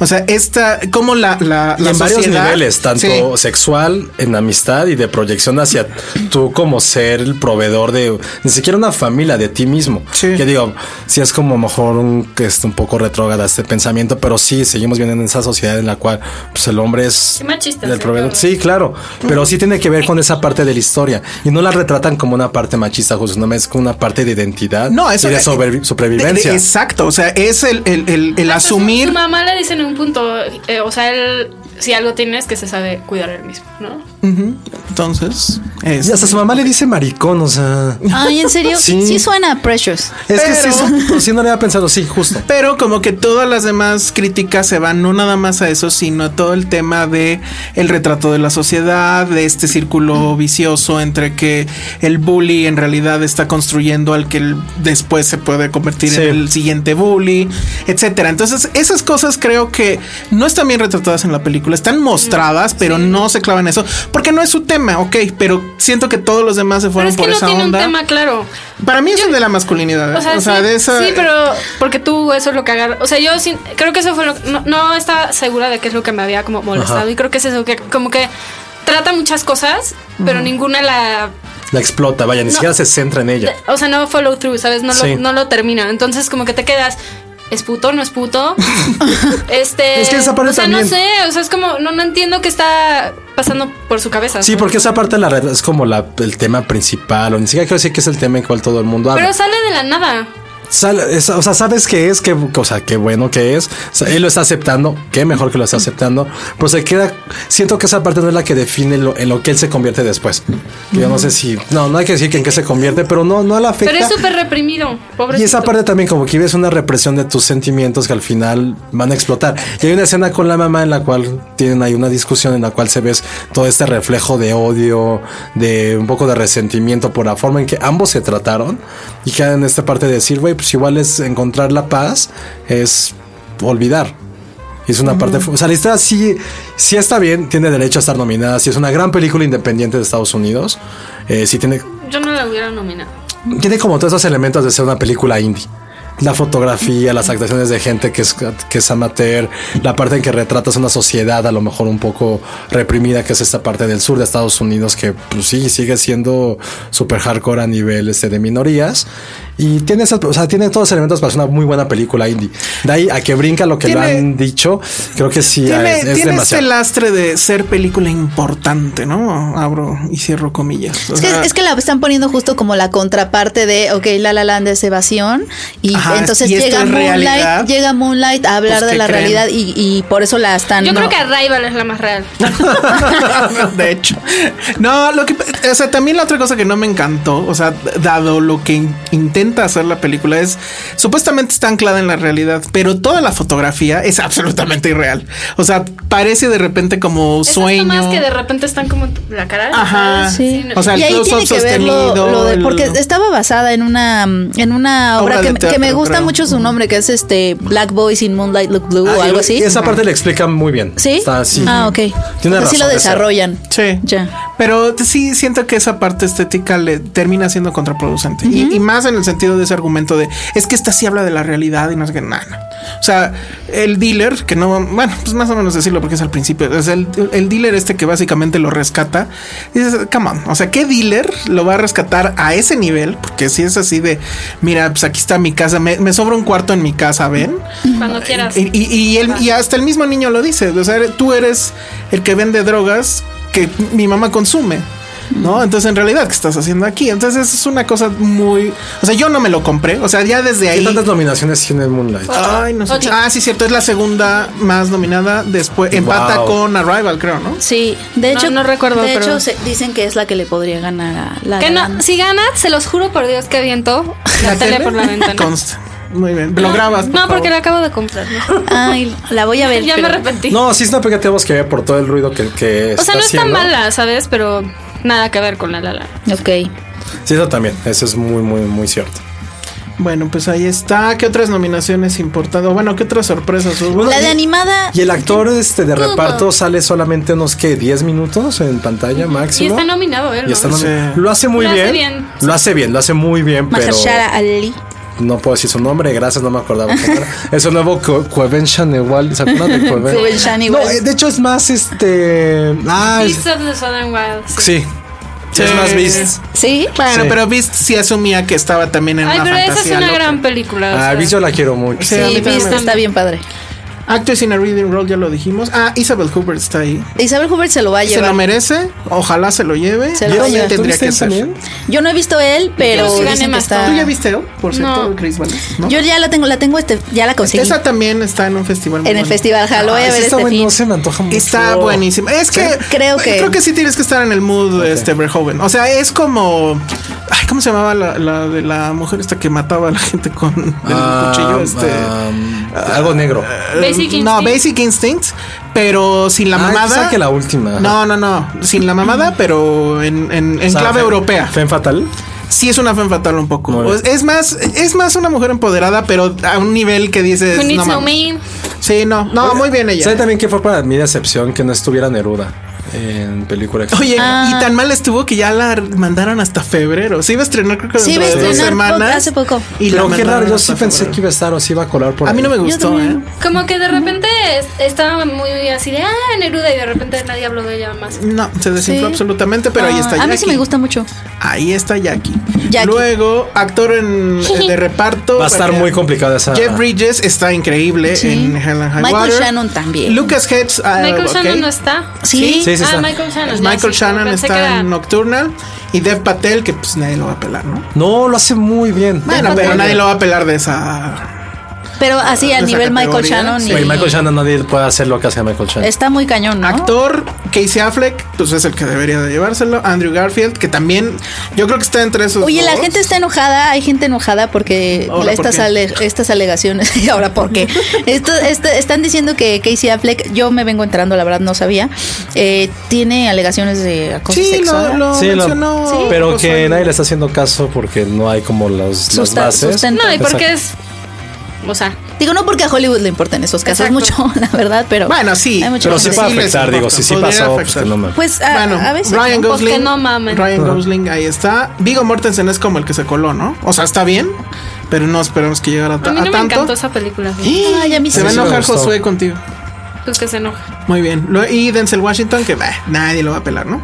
O sea, esta, como la, la,
Y
la
en varios
sociedad-
niveles, tanto
Sí.
sexual, en amistad y de proyección hacia tú como ser el proveedor de ni siquiera una familia, de ti mismo. Que digo, sí es como mejor un, que es un poco retrógrada este pensamiento, pero sí seguimos viendo en esa sociedad en la cual pues, el hombre es
Qué machista,
el
sí,
proveedor. Sí, claro, pero sí tiene que ver con esa parte de la historia y no la retratan como una parte machista, justo, no es como una parte de identidad
No, eso- eh,
y de sobre-
De-
supervivencia.
de- exacto, o sea, es el, el, el- el
Su
asumir.
mamá le dice en un punto, eh, o sea, él, si algo tiene es que se sabe cuidar él mismo, ¿no?
Ujú. Entonces, este, es-
Y hasta su mamá le dice maricón, o sea.
Ay, en serio,
Sí.
sí, suena Precious.
Es que sí,
Pero-
son- sí, no le había pensado, sí, justo.
Pero como que todas las demás críticas se van no nada más a eso, sino a todo el tema de el retrato de la sociedad, de este círculo vicioso entre que el bully en realidad está construyendo al que el- después se puede convertir
Sí.
en el siguiente bully, etcétera. Entonces, esas cosas creo que no están bien retratadas en la película,
Mm,
están mostradas, pero no se clavan en eso, porque no es su tema, ok, pero siento que todos los demás se
Pero
fueron
es que
por
no
esa
tiene
onda.
un tema claro.
Para mí es el de la masculinidad, ¿eh?
O sea, sí,
de esa
sí, pero porque tú eso es lo que agarras. O sea, yo sí- creo que eso fue lo no, no estaba segura de qué es lo que me había como molestado.
Ajá.
Y creo que es eso, que como que trata muchas cosas, pero ninguna la.
La explota, vaya, ni
No.
siquiera se centra en ella.
O sea, no follow through, ¿sabes? No,
Sí.
lo, no lo termina. Entonces, como que te quedas. ¿Es puto? ¿No es puto? este.
Es que esa parte
O sea,
también.
no sé. O sea, es como. No, no entiendo qué está pasando por su cabeza.
Sí,
¿no?
porque esa parte la red es como la, el tema principal, o ni siquiera quiero decir que es el tema en cual todo el mundo habla.
Pero sale de la nada.
Sale- es- o sea, sabes qué es, qué, o sea, qué bueno que es. O sea, él lo está aceptando, qué mejor que lo está aceptando. Pero se queda, siento que esa parte no es la que define lo, en lo que él se convierte después. Que Yo no sé si, no, no hay que decir que en qué se convierte, pero no, no le afecta.
Pero es súper reprimido. Pobre.
Y esa parte también como que ves una represión de tus sentimientos que al final van a explotar. Y hay una escena con la mamá en la cual tienen ahí una discusión en la cual se ves todo este reflejo de odio, de un poco de resentimiento por la forma en que ambos se trataron y quedan en esta parte de decir, güey, pues igual es encontrar la paz, es olvidar. Y Es una parte. fu- O sea, la historia sí, sí está bien, tiene derecho a estar nominada. Sí, es una gran película independiente de Estados Unidos. Eh, sí, tiene
Yo no la hubiera nominado.
tiene como todos esos elementos de ser una película indie. La fotografía, las actuaciones de gente que es, que es amateur, la parte en que retratas una sociedad a lo mejor un poco reprimida, que es esta parte del sur de Estados Unidos, que pues sí, sigue siendo super hardcore a nivel este, de minorías. Y tiene, esas- o sea, tiene todos los elementos para ser una muy buena película indie. De ahí a que brinca lo que
Tiene-
le han dicho, creo que sí
Tiene,
es, es
tiene este
demasiado.
lastre de ser película importante, ¿no? Abro y cierro comillas. O
Es que,
sea,
es que la están poniendo justo como la contraparte de, ok, La La Land es evasión y
Ajá,
entonces
y esto
llega
es realidad.
Moonlight, llega Moonlight a hablar
Pues,
de
¿qué
la
creen?
realidad y, y por eso la están...
Yo creo
no.
que Arrival es la más real.
de hecho. No, lo que... O sea, también la otra cosa que no me encantó, o sea, dado lo que in- intenta hacer la película es... Supuestamente está anclada en la realidad, pero toda la fotografía es absolutamente irreal. O sea, parece de repente como
Esas
sueño.
tomas que de repente están como en tu- la cara.
Ajá.
¿sabes?
Sí.
no-
O sea, el
y ahí
close-up
tiene que ver lo,
sostenido,
lo de-
el-
porque estaba basada en una en una
Obra
obra,
de
que,
teatro,
que me gusta
creo.
mucho su nombre que es este Black Boys in Moonlight Look Blue
Ah,
o
y-
algo así.
y esa parte le explican muy bien.
¿Sí?
Está así.
Ah, ok.
Tiene
Así
razón
lo
de ser.
desarrollan.
Sí.
Ya.
Pero sí siento que esa parte estética le termina siendo contraproducente. Y- y, más en el sentido de ese argumento de es que esta sí habla de la realidad y no sé qué. nada. O sea, el dealer, que no, bueno, pues más o menos decirlo porque es al principio. O sea, el, el dealer este que básicamente lo rescata. Dices, come on. O sea, ¿qué dealer lo va a rescatar a ese nivel? Porque si es así de mira, pues aquí está mi casa, me, me sobra un cuarto en mi casa, ven.
Cuando quieras.
Y, y- y él- y hasta el mismo niño lo dice. O sea, eres- tú eres el que vende drogas que mi mamá consume. ¿No? Entonces, en realidad, ¿qué estás haciendo aquí? Entonces, es una cosa muy. O sea, yo no me lo compré. O sea, ya desde
¿Qué
ahí.
tantas nominaciones tiene Moonlight?
Ay, no sé.
Ocho.
Ah, sí, cierto. Es la segunda más nominada. Después empata
Wow.
con Arrival, creo, ¿no?
Sí, de
No,
hecho
no recuerdo,
De
pero-
hecho se- dicen que es la que le podría ganar a la.
Que
La
no,
Land.
si gana, se los juro por Dios que aviento la, tele, por la ventana.
Consta. Muy bien. Lo grabas. por
No, porque
favor.
la acabo de comprar. ¿no?
Ay, la voy a ver.
ya me
pero-
arrepentí.
No, sí es una película que tenemos que ver por todo el ruido que, que
o sea, no está
está haciendo.
mala, ¿sabes? Pero nada que ver con la Lala.
Ok.
Sí, eso también. Eso es muy, muy, muy cierto.
Bueno, pues ahí está. ¿Qué otras nominaciones importantes? Bueno, ¿qué otras sorpresas
Pues
hubo?
La de animada.
Y el actor este de reparto sale solamente unos que 10 minutos en pantalla
Y
máximo.
está nominado él.
Y está
¿no?
nominado. Lo hace muy
Lo hace
bien.
bien.
Lo hace bien, lo hace muy bien, pero
Mahershala Ali.
no puedo decir su nombre, gracias, no me acordaba. cómo era. es un nuevo Co- Coven Shaneval, ¿se acuerdan de Coven?
Coven Shaneval.
No, eh, de hecho es más este ah, es-
Beasts of the Southern Wild. sí.
sí. Es más Beast.
Sí.
Bueno,
Sí.
Ah, pero Beast sí asumía que estaba también en
Ay,
una
pero esa es
fantasía
una
loca.
gran película. o
Ah,
sea.
Beast yo la quiero mucho.
Sí, a mí
Sí,
también
viste,
me
está bien padre.
Actress in a Reading Role, ya lo dijimos. Ah, Isabel Hooper está ahí.
Isabel Hubert se lo va a
Se lo
llevar.
merece, ojalá se lo lleve.
Se lo
Yo
va a
también
llevar.
tendría que ser.
Yo no he visto él, pero
Yo sí gané
dicen que
más.
está.
¿Tú ya viste él, por cierto,
No.
Chris Wallace? ¿No?
Yo ya la tengo, la tengo este, ya la conseguí
Esa también está en un festival.
en
muy
el
bueno.
festival. Ojalá, lo voy a
Ah,
ver
sí está
este
bueno,
fin.
se me antoja mucho.
Está buenísima. Es que
Creo que-
creo que sí tienes que estar en el mood este Verhoeven. O sea, es como ay, ¿cómo se llamaba la, la de la mujer esta que mataba a la gente con el
Ah,
cuchillo este?
ah, algo negro.
Basic
No,
Instinct.
Basic Instinct, pero sin la
Ah,
mamada.
quizá que la última.
No, no, no. Sin la mamada, pero en, en, en
O sea,
clave
fe-
europea.
Fen fatal.
Sí es una fan fatal un poco.
Muy bien.
Es más, es más una mujer empoderada, pero a un nivel que dices.
Who
no
needs no
mames".
man?
sí, no. No, muy bien ella.
¿Sabe también que fue para mi decepción que no estuviera Neruda en película?
Oye,
Ah.
y tan mal estuvo que ya la mandaron hasta febrero. Se iba a estrenar creo que
Sí,
dentro
iba a
de dos
estrenar po-
semanas.
hace poco.
Y la
pero qué raro,
mandaron
yo sí
hasta
pensé
febrero.
que iba a estar o si iba a colar por
A mí no me
ahí.
gustó, ¿eh?
también.
Como que de repente es- estaba muy así de, ah, Neruda, y de repente nadie habló de ella más.
No, se desinfló
Sí.
absolutamente, pero ahí está
Ah,
Jackie.
A mí sí me gusta mucho.
Ahí está Jackie.
Jackie.
Luego, actor en, de reparto.
Va a estar muy complicada esa.
Jeff Bridges está increíble
Sí.
en Helen High
Michael
Water.
Shannon también.
Lucas Hedges. ah,
Michael
ok.
Shannon no está.
Sí.
Sí, sí
ah,
está.
Michael Shannon. ya,
Michael
sí,
Shannon
pensé que
está
era-
en Nocturnal. Y Dev Patel, que pues nadie lo va a pelar, ¿no?
No, lo hace muy bien.
Bueno, pero
Patel.
nadie lo va a pelar de esa.
Pero así a
Esa
nivel Michael
categoría,
Shannon.
sí.
y-
Oye, Michael Shannon nadie puede hacer lo que hace Michael Shannon.
Está muy cañón, ¿no?
Actor, Casey Affleck, pues es el que debería de llevárselo. Andrew Garfield, que también yo creo que está entre esos.
Oye, la
dos.
gente está enojada, hay gente enojada porque
Ahora, ¿por
estas,
qué?
ale- estas alegaciones, y ahora por qué, Esto- esto- están diciendo que Casey Affleck, yo me vengo entrando, la verdad no sabía, eh, tiene alegaciones de acoso
Sí, lo,
sexual.
lo
Sí, lo-
mencionó.
pero
Cosa-
que nadie le está haciendo caso porque no hay como los, las
Susta-
bases.
sustento.
No, y porque
Exacto.
es. O sea,
Digo, no porque a Hollywood le importan esos casos
Exacto.
mucho, la verdad, pero...
Bueno, sí.
Hay mucha
Pero sí
gente.
va a
Sí les
afectar, digo,
importa,
si sí
podría
pasó, pues
afectar.
que no mames.
Pues a,
bueno,
a veces...
Ryan
¿no?
Pues que
Gosling.
no mamen.
Ryan Gosling, ahí está. Vigo Mortensen es como el que se coló, ¿no? O sea, está bien, pero no esperamos que llegara
a
ta-
mí no me
a tanto.
encantó esa película.
Ay, a mí
Se
sí.
va a
Sí, me
enojar
gustó.
Josué contigo.
Pues que se enoja.
Muy bien. Lo- Y Denzel Washington, que bah, nadie lo va a pelar, ¿no?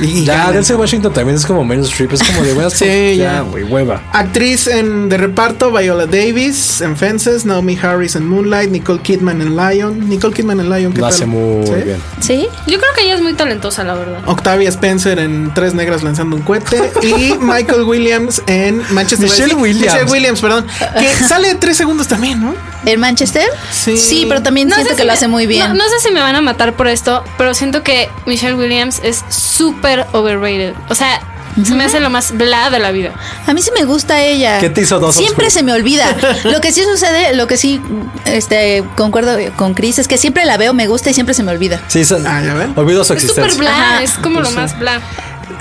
Y
Ya,
ganan.
Denzel Washington también es como Meryl Streep, es como de buenas.
Sí, ya.
güey, hueva.
Actriz en, de reparto, Viola Davis en Fences, Naomi Harris en Moonlight, Nicole Kidman en Lion. Nicole Kidman en Lion, ¿qué
Lo
tal?
hace muy
¿Sí?
bien.
Sí,
Yo creo que ella es muy talentosa, la verdad.
Octavia Spencer en Tres Negras lanzando un cohete y Michael Williams en Manchester
Michelle
Sí,
Williams.
Michelle Williams, perdón. Que sale tres segundos también, ¿no?
en Manchester.
Sí.
pero también
No
siento
sé
que
si me-
lo hace muy bien.
No, no sé si me van a matar por esto, pero siento que Michelle Williams es súper overrated. O sea, se me hace lo más bla de la vida.
A mí sí me gusta ella.
¿Qué te hizo dos
Siempre
oscuras?
se me olvida. Lo que sí sucede, lo que sí este concuerdo con Chris es que siempre la veo, me gusta y siempre se me olvida.
Sí, se-
Ah, ya ven.
olvido su
Es súper
existencia.
bla,
Ajá.
es como lo más bla.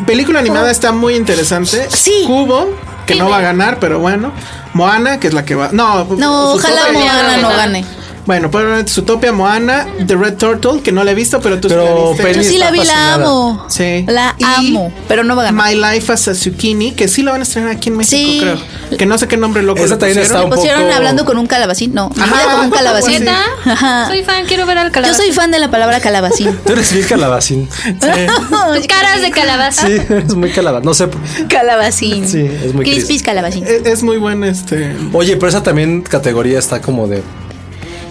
Película animada está muy interesante.
Sí.
Cubo, que no va a ganar, pero bueno. Moana, que es la que va. No,
No,
Zootopia
ojalá
ya
Moana
ganó.
no gane.
Bueno, pero Zootopia, Moana, The Red Turtle, que no la he visto, pero tú sí
Pero
la viste.
peli-
Yo sí la
está
vi, la
fascinada.
amo.
Sí.
La
Y
amo, pero no va a ganar.
My Life as a Zucchini, que sí la van a estrenar aquí en México,
Sí.
creo. Que no sé qué nombre loco.
Esa
le
también está
pusieron.
un
Pusieron
poco-
Pues hablando con un calabacín, no,
Ajá,
hablando con un calabacín.
algo
¿Neta?
Ajá.
Soy fan, quiero ver al
Yo
calabacín.
soy fan de la palabra calabacín.
Tú eres bien calabacín.
Tus caras de calabaza.
Sí, eres muy calabacín. No sé.
calabacín.
Sí, es muy Chris.
Crispis calabacín.
Es, es muy buen este.
Oye, pero esa también categoría está como de.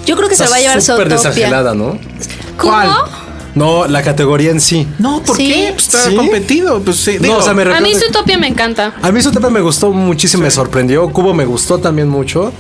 Yo creo que
está
se lo va a llevar
Súper
Zootopia.
desangelada, ¿no?
¿Cómo?
¿Cuál?
No, la categoría en sí.
No, ¿por
Sí. Ah,
qué? Pues está
¿Sí?
competido. Pues sí. digo,
no, o sea, me
A mí
refiero-
Zootopia me encanta.
A mí su me gustó muchísimo, me sorprendió. Cubo me gustó también mucho.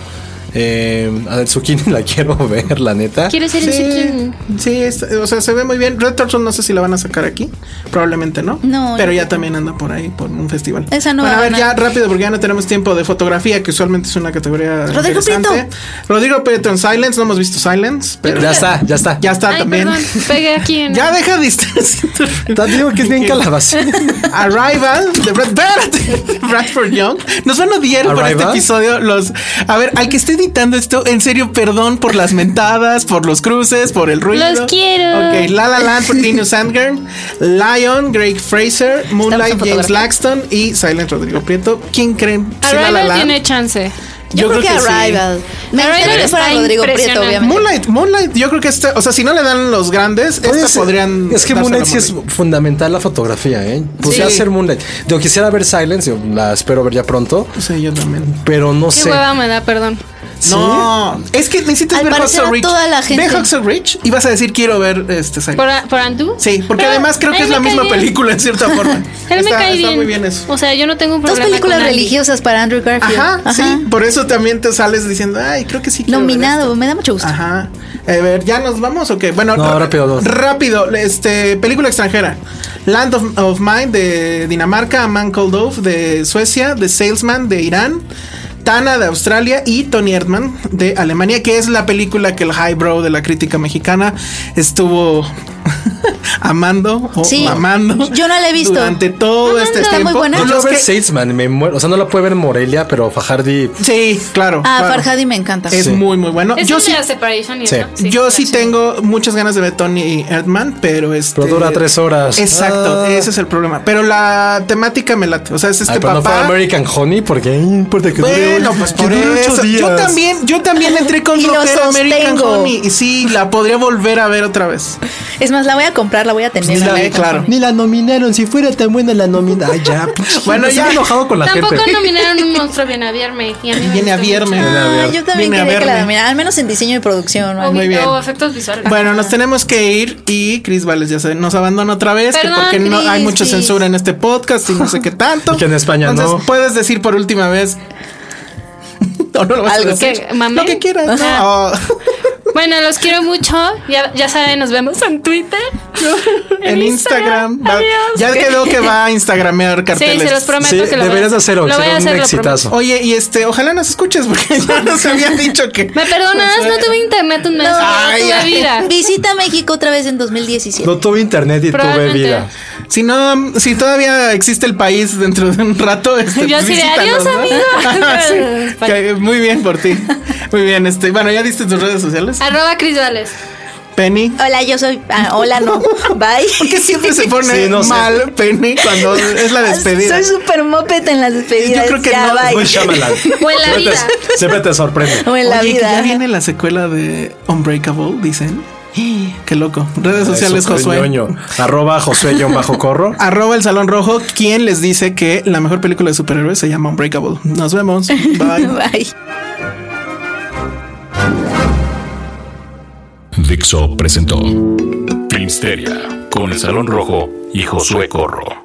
Eh, a Tsukini la quiero ver, la neta.
¿Quieres ser
sí,
el Tsukin?
Sí, está- o sea, se ve muy bien. Red Turtle no sé si la van a sacar aquí. Probablemente no.
No,
Pero
yo
ya también anda por ahí, por un festival.
Esa no
Bueno,
va
a
a
ver, ya
ganar.
rápido, porque ya no tenemos tiempo de fotografía, que usualmente es una categoría.
Rodrigo
interesante.
Prieto.
Rodrigo Prieto en Silence. No hemos visto Silence, pero
Ya está, ya está.
ya está
Ay,
también.
perdón, pegué aquí en.
Ya deja de distancia.
Te digo que es bien calabacín.
Arrival de Brad espérate, Bradford Young. Nos van a odiar por este
¿Arrival?
episodio. Los, a ver, al que esté editando esto, en serio, perdón por las mentadas, por los cruces, por el ruido.
Los quiero.
Ok, La La Land por Dino Sandgren, Lion, Greg Fraser, Moonlight,
fotografía.
James Laxton y Silent Rodrigo Prieto. ¿Quién creen? Sí, La La
Arrival
Land.
tiene chance.
Yo, creo, que,
sí.
Arrival. Me
Arrival
encantaría que fuera
está
Rodrigo Prieto,
impresionante.
obviamente.
Moonlight, Moonlight, yo creo que este, o sea, si no le dan los grandes,
Oye,
esta
sí,
podrían.
Es que
dársela
Moonlight
a
sí es fundamental la fotografía, ¿eh? Podría
Sí.
ser Moonlight. Yo quisiera ver Silence, yo la espero ver ya pronto,
Sí, yo también.
pero no
Qué
sé.
hueva me da, perdón.
¿Sí?
No, es que necesitas
Al
ver
parecer
Hacksaw
a
Ridge.
toda la gente.
Ve Hacksaw Ridge y vas a decir quiero ver este Silent.
¿Por, por Andú?
Sí, porque
Pero
además creo que
él
es la
me cae
misma
bien.
película en cierta forma.
Él me
Está-
cae
está
bien.
muy bien eso.
O sea, yo no tengo un
Dos
problema.
películas
con Andy.
religiosas para Andrew Garfield.
Ajá, sí, por eso también te sales diciendo, ay, creo que sí. quiero ver este".
Nominado, me da mucho
esto".
gusto.
Ajá. A ver, ¿ya nos vamos o qué? Bueno,
No,
r-
rápido, dos.
Rápido, este, película extranjera. Land of, of Mine de Dinamarca, A Man Called Dove de Suecia, The Salesman de Irán, Tana de Australia y Tony Erdmann de Alemania, que es la película que el highbrow de la crítica mexicana estuvo amando o
Sí,
mamando.
yo no la he visto.
Durante todo
Amando,
este
está muy
tiempo.
buena.
Yo quiero
Los
ver
que-
Salesman, me muero. O sea, no la puede ver en Morelia, pero Fajardi.
Sí, claro.
Ah,
claro.
Farhadi me encanta.
Es
Sí.
muy, muy bueno.
Es
yo
el
sí,
de la Separation y
Sí.
eso.
yo sí
gracias.
tengo muchas ganas de ver Tony Erdman, pero este.
Pero dura tres horas.
Exacto,
Ah.
ese es el problema. Pero la temática me late. O sea, es este
Ay, pero no fue
papá.
American Honey, porque ay, no importa que dure
bueno,
ocho-
pues
que
por
dure ocho
eso. Yo
días.
también, yo también entré con
Y
lo
lo
que era American
sostengo.
Honey. Y sí, la podría volver a ver otra vez.
Es más, la voy a comprar, la voy a tener.
Sí,
La
la-
voy a
claro.
comprar.
Ni la nominaron, si fuera tan buena la nominaron. Ay, ya, pinche.
Bueno,
Me
ya.
estoy enojado con la
Tampoco
gente.
nominaron un monstruo bien a vierme. Y a mí me
Viene a
gustó
vierme.
mucho.
Ah, yo también
Vine a
quería que
verme.
la nominara, al menos en diseño y producción. o
O,
algo.
Muy
vi-
bien.
o efectos visuales.
Bueno, nos tenemos que ir y Chris Vales ya se nos abandona otra vez, que
Perdón,
porque no hay
Chris,
mucha
sí.
censura en este podcast y no sé qué tanto.
Y que en España no.
Entonces, puedes decir por última vez o no lo vas
Algo
a decir.
que- ¿mamé?
Lo que quieras. ¿no? Oh.
Ajá. Bueno, los quiero mucho. Ya, ya saben, nos vemos en Twitter.
O en Instagram. va-
Adiós.
ya quedó que va a instagramear
Sí,
carteles.
se los prometo
Sí,
que lo voy a-
deberías de hacerlo,
Lo voy
será
a
un
hacer, lo
exitazo.
Oye, y este, ojalá nos escuches porque ya nos habían dicho que.
prometo. ¿Me perdonas? No tuve internet un mes. No,
Ay,
tuve
ay.
vida.
Visita México otra vez en 2017.
No tuve internet y tuve
Probablemente.
vida.
Si no, si todavía existe el país dentro de un rato, este,
Yo así de,
visítanos,
"Adiós,
¿no?"
amigo.
Sí, que muy bien por ti. Muy bien, este, bueno, ya diste tus redes sociales.
Arroba Cris Vales.
Penny.
Hola, yo soy. ah, hola, no. Bye.
Porque siempre se pone
Sí, no sé.
mal Penny cuando es la despedida.
Soy súper moped en las despedidas.
Yo creo que
ya,
no,
bye.
Muy Shyamalan.
O en la
Siempre
vida.
te- Siempre te sorprende.
O en la
Oye, que
vida.
ya viene la secuela de Unbreakable, dicen. Qué loco. Redes sociales,
Eso,
Josué.
ñoño. Arroba Josué guión bajo corro.
Arroba el Salón Rojo, quien les dice que la mejor película de superhéroes se llama Unbreakable. Nos vemos. Bye.
Bye.
Dixo presentó Filmsteria con el Salón Rojo y Josué Corro.